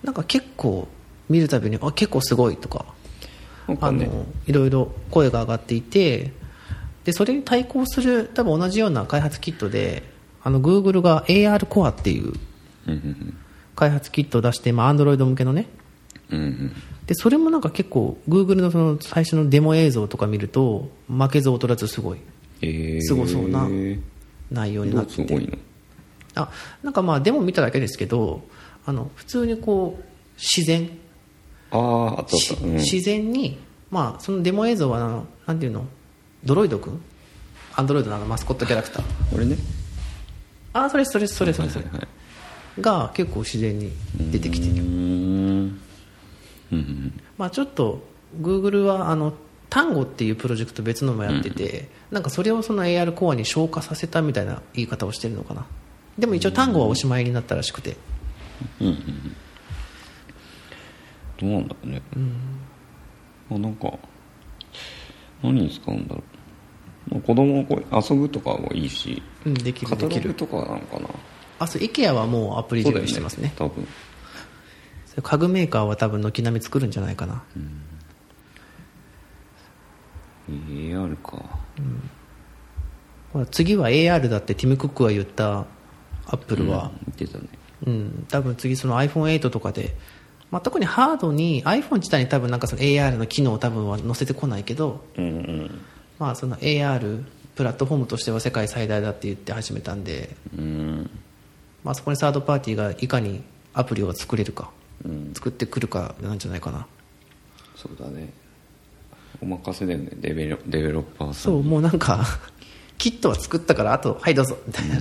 なんか結構見るたびにあ結構すごいとかなんかあねのいろいろ声が上がっていてでそれに対抗する多分同じような開発キットであの Google が AR コアっていううんうん開発キットを出して、まあ、Android 向けのねうんうんでそれもなんか結構 Google のその最初のデモ映像とか見ると負けず劣らずすごいえー、すごそうな内容にどなっうてすごいのあなんかまあデモ見ただけですけどあの普通にこう自然あああったあしった、うん、自然に、まあ、そのデモ映像はあのなんていうのドロイドくんアンドロイドのあのマスコットキャラクターこれねあーそれそれそれそれそれはいはいが結構自然に出てきてうーんうんうんまあ、ちょっと Google はあの単語っていうプロジェクト別のもやってて、なんかそれをその AR コアに消化させたみたいな言い方をしてるのかなでも一応単語はおしまいになったらしくてどうなんだろうね、あなんか何に使うんだろうまあ子供こう遊ぶとかもいいしうんできカるタでロきグるとかなのかなあそう IKEA はもうアプリそう準だよ備してますね多分それ家具メーカーは多分軒並み作るんじゃないかな、 AR かほら次は AR だってティム・クックが言ったアップルは、見てたねうん、多分次その iPhone8 とかで、まあ、特にハードに iPhone 自体に多分なんかその AR の機能を多分は載せてこないけど、うんうんまあ、その AR プラットフォームとしては世界最大だって言って始めたんで、うんまあ、そこにサードパーティーがいかにアプリを作れるか、うん作ってくるかなんじゃないかなそうだねお任せだよねデベロデベロッパーさんそうもうなんか キットは作ったからあとはいどうぞみたいな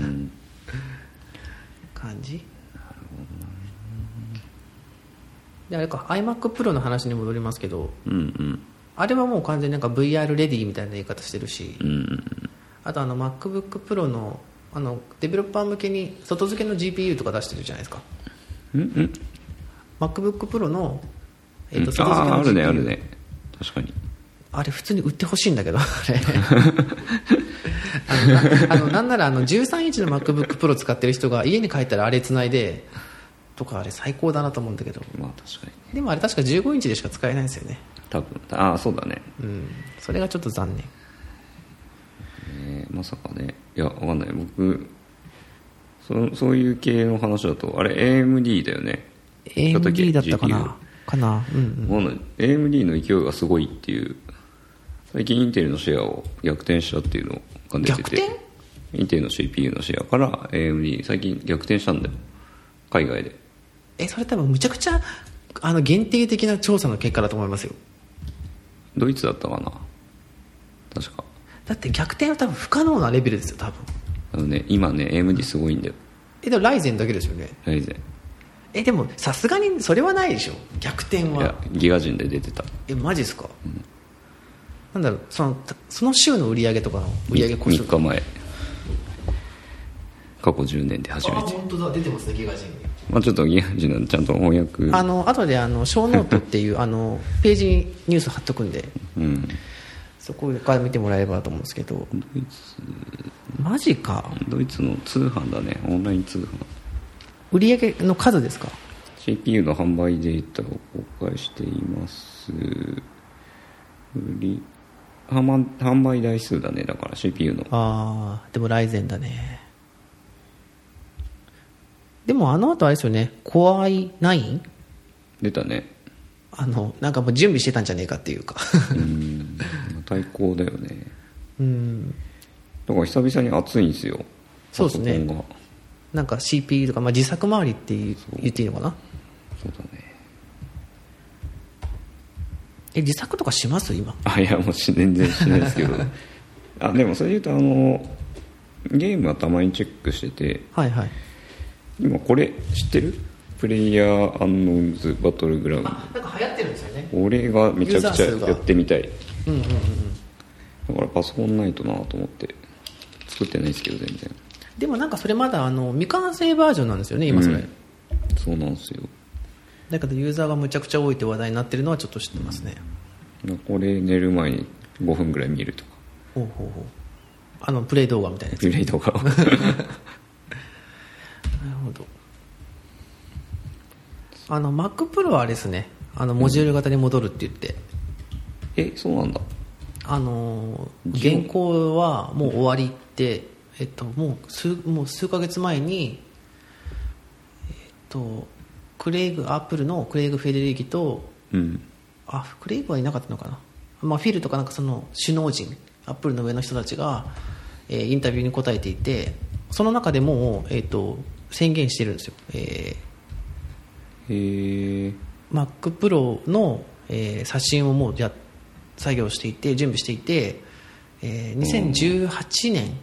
感じであれか iMacPro の話に戻りますけどうんうんあれはもう完全になんか VR レディーみたいな言い方してるし、うんうんあとあの MacBookPro のあのデベロッパー向けに外付けの GPU とか出してるじゃないですかうんうん MacBookPro の、えうっんと外付けあのああるね GPU あるね確かにあれ普通に売ってほしいんだけどあれあのなあのなんならあの13インチの MacBookPro 使ってる人が家に帰ったらあれ繋いでとかあれ最高だなと思うんだけどまあ確かにでもあれ確か15インチでしか使えないんですよね多分ああそうだねうんそれがちょっと残念ねまさかねいやわかんない僕そそういう系の話だとあれ AMD だよね AMD だったかなかなうんわかんない AMD の勢いがすごいっていう最近インテルのシェアを逆転したっていうのが出てて逆インテルの CPU のシェアから AMD 最近逆転したんだよ海外でえそれ多分むちゃくちゃあの限定的な調査の結果だと思いますよドイツだったかな確かだって逆転は多分不可能なレベルですよ多分あのね今ね AMD すごいんだよえでもライゼンだけですよねライゼンえでもさすがにそれはないでしょ逆転いやはギガ人で出てたえマジですか、なんだろうそのたその週の売り上げとかの売り上げ個数3日前過去10年で初あめて本当だ出てますねギガ人にまあ、ちょっとギガ人なんでちゃんと翻訳あの後であの小ノートっていうあのページにニュース貼っとくんでうんそこから見てもらえればと思うんですけどドイツマジかドイツの通販だねオンライン通販売り上げの数ですか CPU の販売データを公開しています売り販売販売台数だねだから CPU のああでもライゼンだねでもあの後あれですよね Core i9 出たねあのなんかもう準備してたんじゃねえかっていうかうん まあ対抗だよねうんだから久々に暑いんですよそうですねパソコンがなんか CPU とか、まあ、自作周りっていう言っていいのかなそうだねえ自作とかします今あいやもうし全然しないですけ どあでもそれで言うとあのゲームはたまにチェックしててはいはい今これ知ってるプレイヤーアンノーンズバトルグラウンドなんか流行ってるんですよね俺がめちゃくちゃユーザー数がやってみたいうんうんうんだからパソコンないとなと思って作ってないですけど全然でもなんかそれまだあの未完成バージョンなんですよね今それ、うんそうなんですよだけどユーザーがむちゃくちゃ多いって話題になってるのはちょっと知ってますね、これ寝る前に5分ぐらい見るとかほうほうほうあのプレイ動画みたいなやつプレイとか をなるほどあの MacPro はあれですねあのモジュール型に戻るって言って、えそうなんだあのー現行はもう終わりって、えっと、もう数もう数ヶ月前に、えっと、クレイグアップルのクレイグ・フェデリギとうんあクレイグはいなかったのかな、まあ、フィルとかなんかその首脳陣アップルの上の人たちが、えーインタビューに答えていてその中でもう、えっと、宣言してるんですよ、えへー、え MacPro の、えー刷新をもうや作業していて準備していて、えー2018年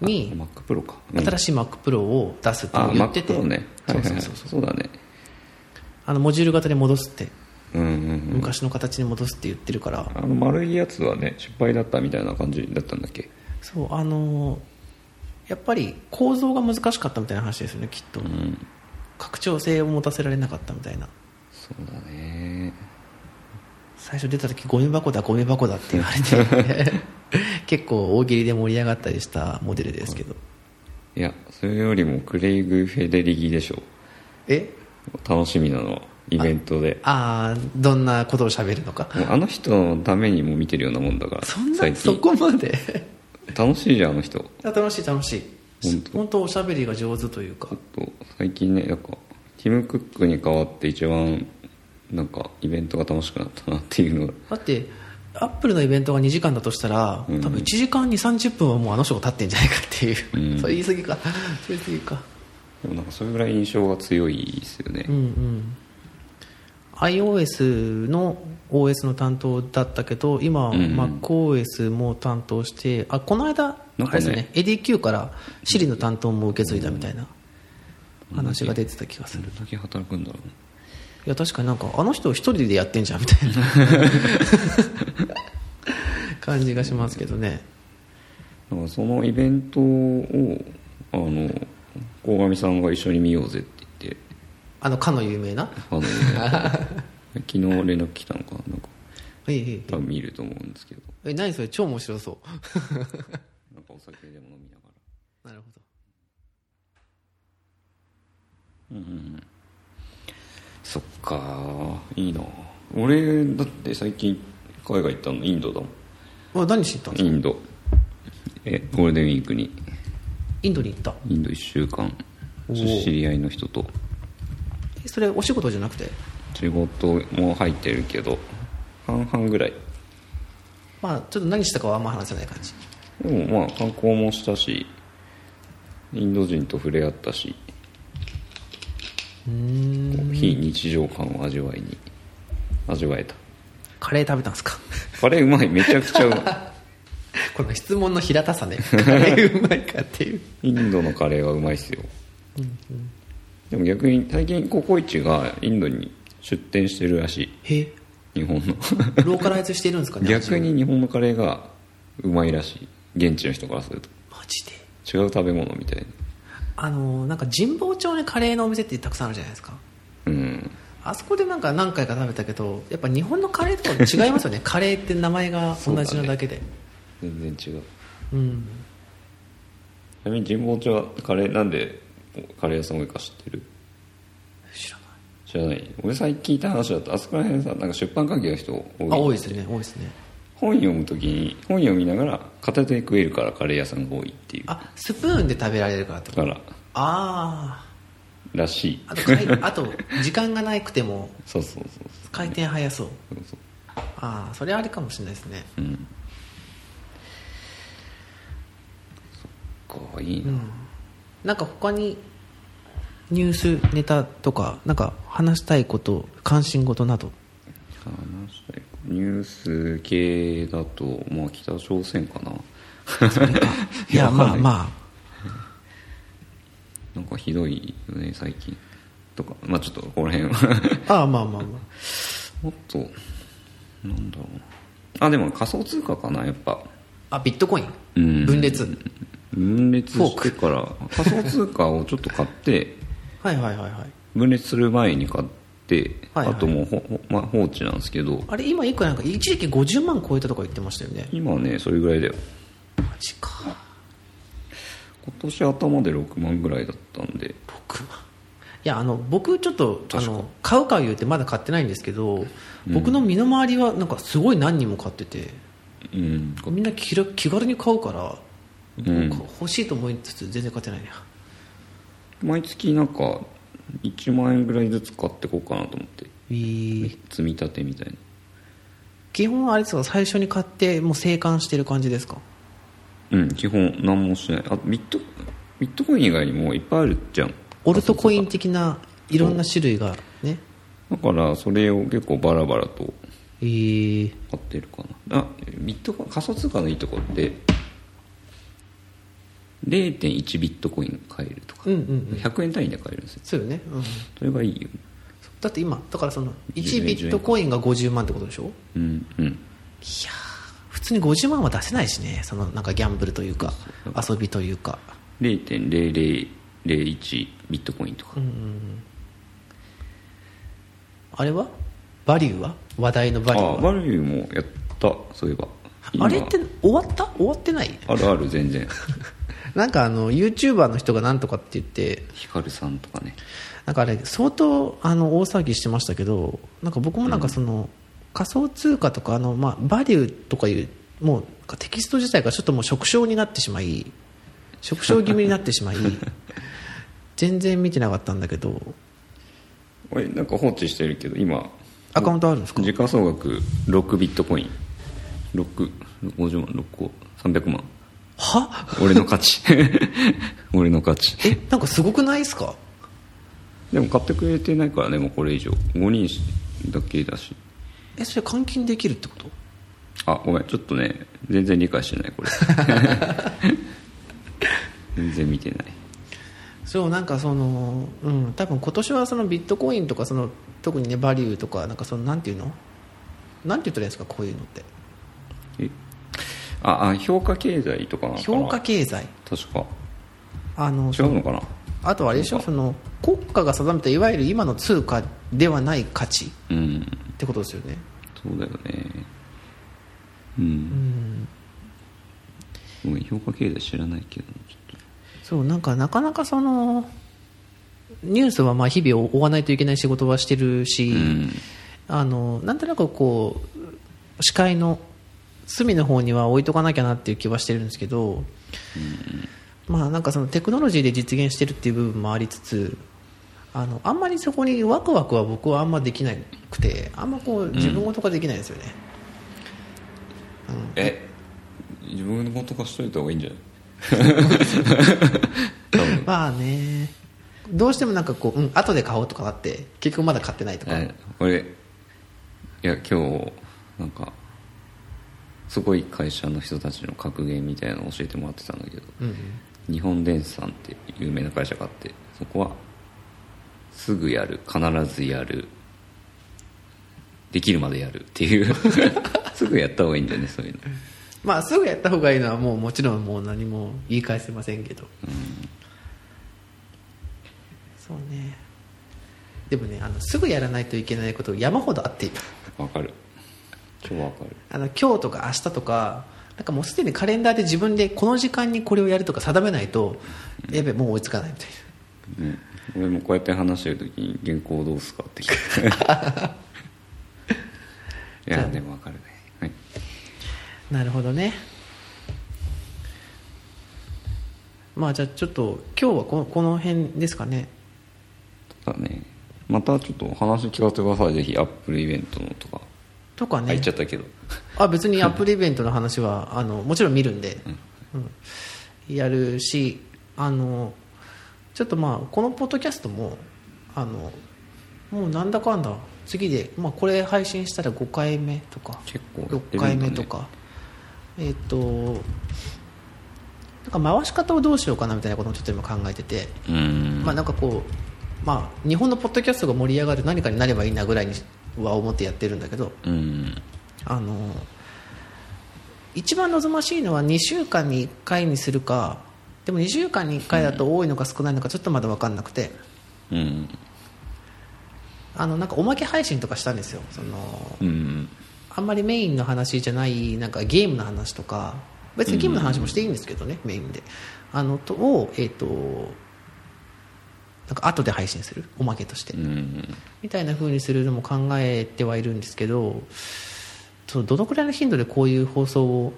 に MacPro か、新しいしい MacPro を出すってあ言ってて MacPro ねはそいうはいそうそはいうそうそうだねあのモジュール型で戻すってうんうんうん昔の形に戻すって言ってるから、あの丸いやつはね失敗だったみたいな感じだったんだっけそうあのーやっぱり構造が難しかったみたいな話ですよねきっと、うん拡張性を持たせられなかったみたいなそうだね最初出た時ゴミ箱だゴミ箱だって言われ て結構大喜利で盛り上がったりしたモデルですけど、いやそれよりもクレイグ・フェデリギでしょえ楽しみなのはイベントでああどんなことを喋るのかもうあの人のためにも見てるようなもんだからそん最なそ近こまで 楽しいじゃんあの人あ楽しい楽しい本本当おしゃべりが上手というかあと最近ねなんかティム・クックに代わって一番なんかイベントが楽しくなったなっていうのがだってアップルのイベントが2時間だとしたら、うん多分1時間2 3 0分はもうあの人が立ってんじゃないかっていう、う んそれ言い過ぎかそれ言い過ぎかでもなんかそれぐらい印象が強いですよねうんうん、iOS の OS の担当だったけど今、うんうん MacOS も担当してあこの間、なんあれかねですよね ADQ から Siri の担当も受け継いだみたいな話が出てた気がすどる、れだけ働くんだろうねいや確かになんかあの人一人でやってんじゃんみた いな感じがしますけどねだからそのイベントをあの鴻上さんが一緒に見ようぜって言ってあのかの有名な あの昨日連絡来たのかななんかえいえいえ多分見ると思うんですけどえ何それ超面白そうなんかお酒でも飲みながらなるほどそっかいいな俺だって最近海外行ったのインドだもんあ何してたんですイかンドえゴールデンウィークにインドに行ったインド1週間おお知り合いの人とえそれお仕事じゃなくて仕事も入ってるけど半々ぐらいまあちょっと何したかはあんま話せない感じでもまあ観光もしたしインド人と触れ合ったしこう非日常感を味わいに味わえたカレー食べたんですかカレーうまいめちゃくちゃ うま この質問の平たさ ねカレーうまいかっていういインドのカレーはうまいっすよでも逆に最近ココイチがインドに出店してるらしえい日本の ローカライズしてるんですかね逆味をに日本のカレーがうまいらしい現地の人からするとマジで違う食べ物みたいあのなんか神保町にカレーのお店ってたくさんあるじゃないですかなうんあそこでなんか何回か食べたけどやっぱ日本のカレーとは違います よねカレーって名前が同じなだけで全然違うう,、んちなみに神保町はカレーなんでカレー屋さん多いか知ってる知らない知らない俺最近聞いた話だとあそこら辺さなんか出版関係の人多いあ多いですね多いですね本読む時に本読みながら片手で食えるからカレー屋さんが多いっていうだあスプーンで食べられるからってことからあらしいああと回 あと時間がなくてもそうそうそう回転速そうそうそうそうああそれあれかもしれないですねうんそっかいいな、なんか他にニュースネタとかなんか話したいこと関心事など話したいニュース系だと、まあ、北朝鮮かないやまああまなんかひどいよね最近とかまあちょっとここら辺は あああまあまあまあもっとなんだろうなあでも仮想通貨かなやっぱあビットコイン、うん分裂分裂してから仮想通貨をちょっと買ってはいはいはいはい分裂する前に買って、はいはいあともうほ、ほまあ、放置なんですけどあれ今いくらなんか一時期50万超えたとか言ってましたよね今はねそれぐらいだよマジか今年頭で6万ぐらいだったんで6万いやあの僕ちょっとあ確かの買う買う言ってまだ買ってないんですけど、僕の身の回りはなんかすごい何人も買っててうんみんな気ら気軽に買うから、うんなんか欲しいと思いつつ全然買ってないね毎月なんか1万円ぐらいずつ買ってこうかなと思って積み立てみたいな基本はあれですか最初に買ってもう生還してる感じですかうん基本何もしないあビットビットコイン以外にもいっぱいあるじゃんオルトコイン的ないろんな種類がねだからそれを結構バラバラとえー買ってるかなあビットコイン仮想通貨のいいとこって0.1ビットコイン買えるとか、うんうんうん100円単位で買えるんですよそうよね、うん、それがいいよねだって今だからその10 1ビットコインが50万ってことでしょいやうんうんー普通に50万は出せないしねそのなんかギャンブルというか遊びというか0.0001ビットコインとか、あれはバリューは話題のバリあューはバリューもやったそういえばあれって終わった終わってないあるある全然なんかあの YouTuber の人がなんとかって言ってヒカルさんとかねなんかあれ相当あの大騒ぎしてましたけどなんか僕もなんかその、仮想通貨とかあの、まあ、バリューとかいうもうテキスト自体がちょっともう縮小になってしまい縮小気味になってし まい全然見てなかったんだけど俺なんか放置してるけど今アカウントあるんですか時価総額6ビットコイン650万6個300万は俺の勝ち 俺の勝ちえなんかすごくないですかでも買ってくれてないからねもうこれ以上5人だけだしえそれ換金できるってことあごめんちょっとね全然理解してないこれ 全然見てないそうなんかその、うん、多分今年はそのビットコインとかその特にねバリューとかなんかそのなんていうのなんて言ったらいいんですかこういうのってえああ評価経済とかなのかな評価経済確かあの違うのかなあとはあれでしょその国家が定めたいわゆる今の通貨ではない価値っうんてことですよねそうだよねうん、ごめん評価経済知らないけどちょっそうなんかなかなかそのニュースはまあ日々追わないといけない仕事はしてるし、とうんあのなんとなくこう視界の隅の方には置いとかなきゃなっていう気はしてるんですけど、まあなんかそのテクノロジーで実現してるっていう部分もありつつあのあんまりそこにワクワクは僕はあんまできなくてあんまこう自分事ができないんですよね、え自分のこと化しといた方がいいんじゃない多 分まあねどうしてもなんかこう、うん、後で買おうとかなって結局まだ買ってないとか、え俺いや今日なんかすごい会社の人たちの格言みたいなの教えてもらってたんだけど、うん日本電産って有名な会社があってそこはすぐやる必ずやるできるまでやるっていう すぐやった方がいいんだよねそういうのまあすぐやった方がいいのはもうもちろんもう何も言い返せませんけど、そうねでもねあのすぐやらないといけないこと山ほどあっていたわかる超わかるあの今日とか明日とかなんかもうすでにカレンダーで自分でこの時間にこれをやるとか定めないと、やべもう追いつかないみたいなね、俺もこうやって話してる時に原稿どうすかって 聞いていやでもわかるね、はい、なるほどねまあじゃあちょっと今日はこのこの辺ですかねただねまたちょっとお話聞かせてくださいぜひアップルイベントのとかとかあね言っちゃったけどあ別にアップルイベントの話は あのもちろん見るんで、うんやるしあのちょっとまあこのポッドキャストもあのもうなんだかんだ次で、まあ、これ配信したら5回目とか結構やってる6回んだね目とか、えっ、となんか回し方をどうしようかなみたいなこともちょっと今考えてて。うーんまあなんかこう、まあ、日本のポッドキャストが盛り上がる何かになればいいなぐらいには思ってやってるんだけどうーんあの一番望ましいのは2週間に1回にするかでも2週間に1回だと多いのか少ないのかちょっとまだ分かんなくて、うんあのなんかおまけ配信とかしたんですよそのうんあんまりメインの話じゃないなんかゲームの話とか別にゲームの話もしていいんですけどね、メインであのとを、えっとなんか後で配信するおまけとして、うんみたいな風にするのも考えてはいるんですけどそうどのくらいの頻度でこういう放送を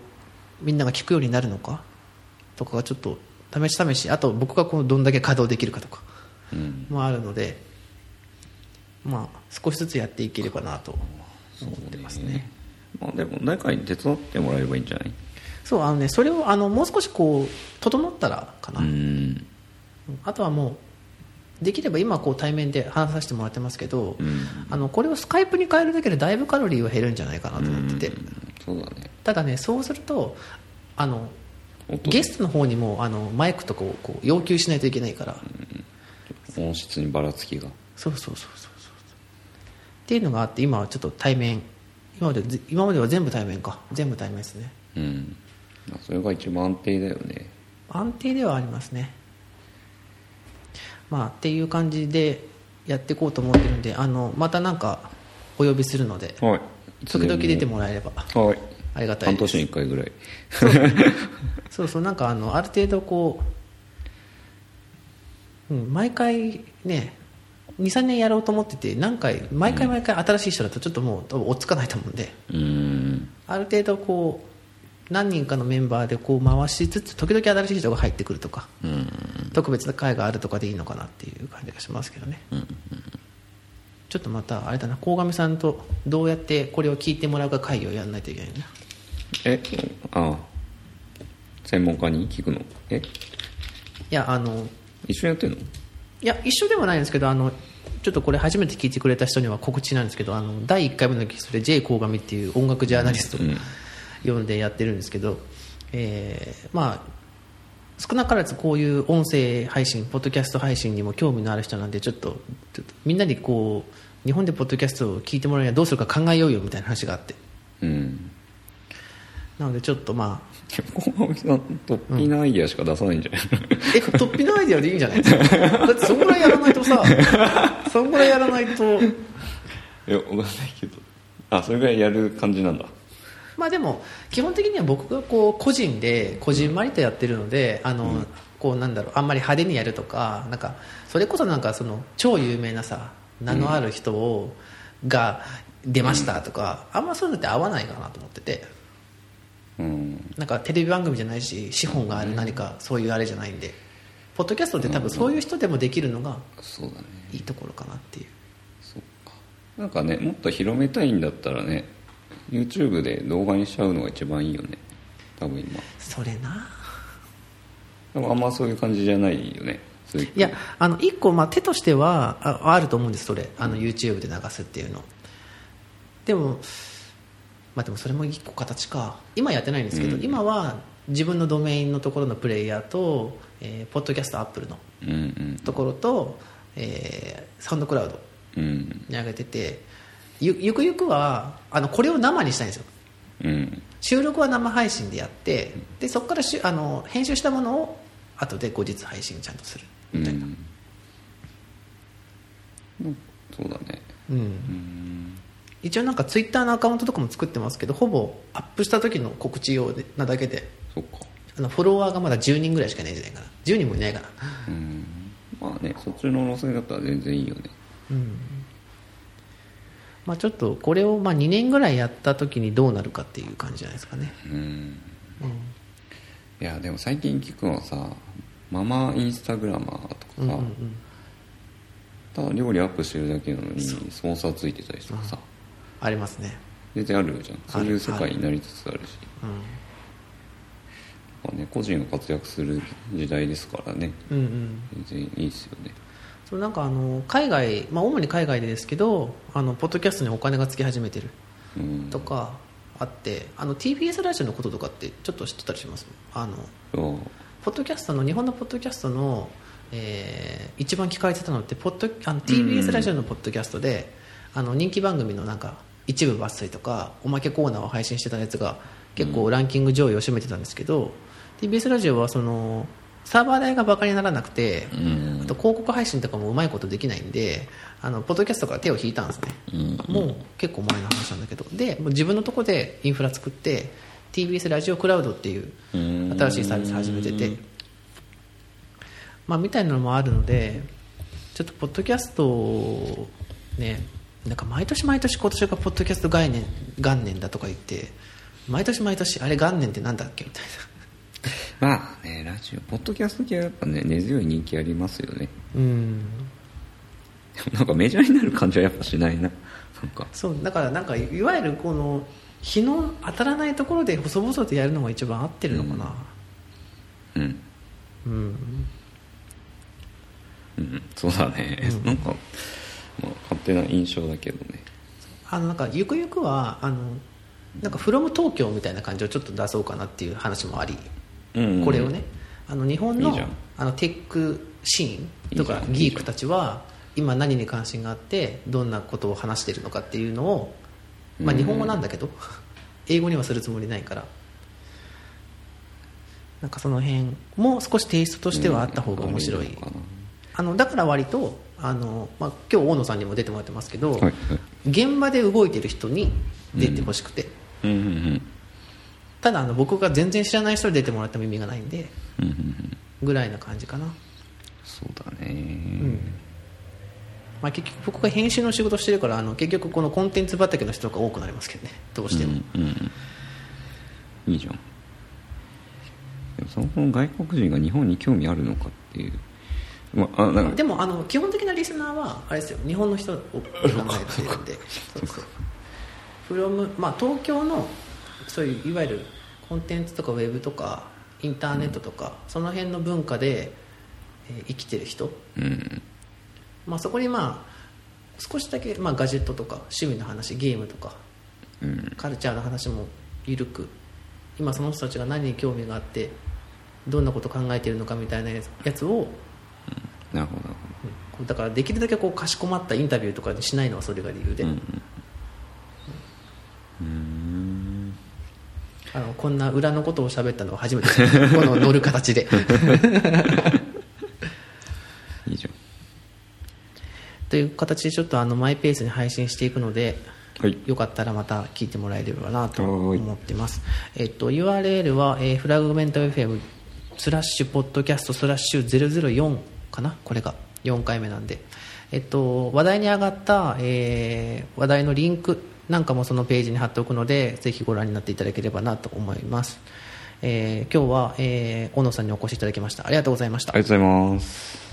みんなが聞くようになるのかとかがちょっと試し試しあと僕がこのどんだけ稼働できるかとかうんもあるので、まあ、少しずつやっていければなと思ってますね。まあでも誰かに手伝ってもらえればいいんじゃないそうあのねそれをあのもう少しこう整ったらかな、うんあとはもうできれば今こう対面で話させてもらってますけど、うんあのこれをスカイプに変えるだけでだいぶカロリーは減るんじゃないかなと思ってて、そうだねただねそうするとあの音ゲストの方にもあのマイクとかをこう要求しないといけないから、音質にばらつきがそうそうそうそうそうっていうのがあって今はちょっと対面今までず今までは全部対面か全部対面ですねうんまあそれが一番安定だよね安定ではありますねまあっていう感じでやっていこうと思ってるんであのまたなんかお呼びするのではい時々出てもらえればはいありがたい半で年すに1回ぐらい そうそうなんかあのある程度こう、うん、毎回ね23年やろうと思ってて何回毎回毎回新しい人だとちょっともう多分追っつかないと思うんでうんある程度こう何人かのメンバーでこう回しつつ時々新しい人が入ってくるとかうん特別な会があるとかでいいのかなっていう感じがしますけどね、ちょっとまたあれだな鴻上さんとどうやってこれを聞いてもらうか会議をやらないといけないなえああ専門家に聞くのえいやあの一緒にやってんのいや一緒ではないんですけどあのちょっとこれ初めて聞いてくれた人には告知なんですけどあの第1回目のゲストで J 鴻上っていう音楽ジャーナリストを呼んでやってるんですけど、えーまあ少なからずこういう音声配信ポッドキャスト配信にも興味のある人なんでちょっとちょっとみんなにこう日本でポッドキャストを聞いてもらうにはどうするか考えようよみたいな話があってうんなのでちょっとまあ小浜さん突飛なアイディアしか出さないんじゃない、え突飛のアイデアでいいんじゃないですかだってそんぐらいやらないとさそんぐらいやらないといやわかんないけどあそれぐらいやる感じなんだまあでも基本的には僕がこう個人でこじんまりとやってるので、あの、こうなんだろうあんまり派手にやるとかなんかそれこそなんかその超有名なさ名のある人を、が出ましたとか、あんまそういうのって合わないかなと思っててうんなんかテレビ番組じゃないし資本がある何かそういうあれじゃないんで、ポッドキャストって多分そういう人でもできるのがそうだねいいところかなっていうそうかなんかねもっと広めたいんだったらね YouTube で動画にしちゃうのが一番いいよね多分今それなでもあんまそういう感じじゃないよねそういういやあの一個、まあ、手としてはああると思うんですそれあの YouTube で流すっていうのでも、まあ、でもそれも一個形か今やってないんですけど、今は自分のドメインのところのプレイヤーと、えーポッドキャストアップルのうんうんところと、えーサウンドクラウドうんに上げててゆゆくゆくはあのこれを生にしたいんですようん収録は生配信でやってでそこからしゅあの編集したものを後で後日配信ちゃんとするうみたいな、んうんそうだねうん、一応なんかツイッターのアカウントとかも作ってますけどほぼアップした時の告知用でなだけでそっかあのフォロワーがまだ10人ぐらいしかいないんじゃないかな10人もいないかなうんまあねそっちの路線だったら全然いいよねまあちょっとこれをまあ2年ぐらいやった時にどうなるかっていう感じじゃないですかねうんいやでも最近聞くのはさママインスタグラマーとかさ、ただ料理アップしてるだけなのにスポンサーついてたりとかさありますね全然あるじゃんそういう世あるあ界るになりつつあるし、まあね、個人が活躍する時代ですからねうんうん全然いいですよねそうなんかあの海外、まあ、主に海外でですけどあのポッドキャストにお金がつき始めてるうんとかあってあの TBS ラジオのこととかってちょっと知ってたりしますあのそうポッドキャストの日本のポッドキャストの、えー一番聞かれてたのってポッドあの TBS ラジオのポッドキャストで、あの人気番組のなんか一部抜粋とかおまけコーナーを配信してたやつが結構ランキング上位を占めてたんですけど、TBS ラジオはそのサーバー代がバカにならなくて、うんあと広告配信とかもうまいことできないんであのポッドキャストから手を引いたんですね、もう結構前の話なんだけどでもう自分のとこでインフラ作って TBS ラジオクラウドっていううん新しいサービス始めてて、まあ、みたいなのもあるのでちょっとポッドキャストをねなんか毎年毎年今年がポッドキャスト概念元年だとか言って毎年毎年あれ元年ってなんだっけみたいなまあねラジオポッドキャスト系はやっぱね根強い人気ありますよね うんでもなんかメジャーになる感じはやっぱしないななんかそうだからなんかいわゆるこの日の当たらないところで細々とやるのが一番合ってるのかなうんうん、うんそうだね、なんか、まあ、勝手な印象だけどねあのなんかゆくゆくはあのなんか「from 東京」みたいな感じをちょっと出そうかなっていう話もあり、うんこれをねあの日本のいいじゃんあのテックシーンとかいいじゃんギークたちは今何に関心があってどんなことを話してるのかっていうのを、まあ、日本語なんだけど英語にはするつもりないからなんかその辺も少しテイストとしてはあった方が面白い、うんあれいいのかなあのだから割とあの、まあ、今日大野さんにも出てもらってますけど、いはい現場で動いてる人に出てほしくて、うんうんうんただあの僕が全然知らない人に出てもらっても意味がないんでうんうんうんぐらいな感じかな、そうだねまあ、結局僕が編集の仕事してるからあの結局このコンテンツ畑の人が多くなりますけどねどうしても、うんうんいいじゃんでもそもそも外国人が日本に興味あるのかっていうまああなんかでもあの基本的なリスナーはあれですよ日本の人を考えてるんでそうそうフロムまあ東京のそういういわゆるコンテンツとかウェブとかインターネットとか、その辺の文化で、えー生きてる人、うんまあ、そこにまあ少しだけ、まあ、ガジェットとか趣味の話ゲームとかうんカルチャーの話も緩く今その人たちが何に興味があってどんなこと考えてるのかみたいなやつやつをなるほどなるうんだからできるだけこうかしこまったインタビューとかにしないのはそれが理由で、ほどうーんあのこんな裏のことを喋ったのは初めてですこの乗る形 でいいじゃんという形でちょっとあのマイペースに配信していくのではいよかったらまた聞いてもらえればなとはーい思ってます、えっと、URL は、えーフラグメント FM スラッシュポッドキャストスラッシュ004かなこれが4回目なんで、えっと、話題に上がった、えー話題のリンクなんかもそのページに貼っておくのでぜひご覧になっていただければなと思います、えー今日は、えー小野さんにお越しいただきましたありがとうございましたありがとうございます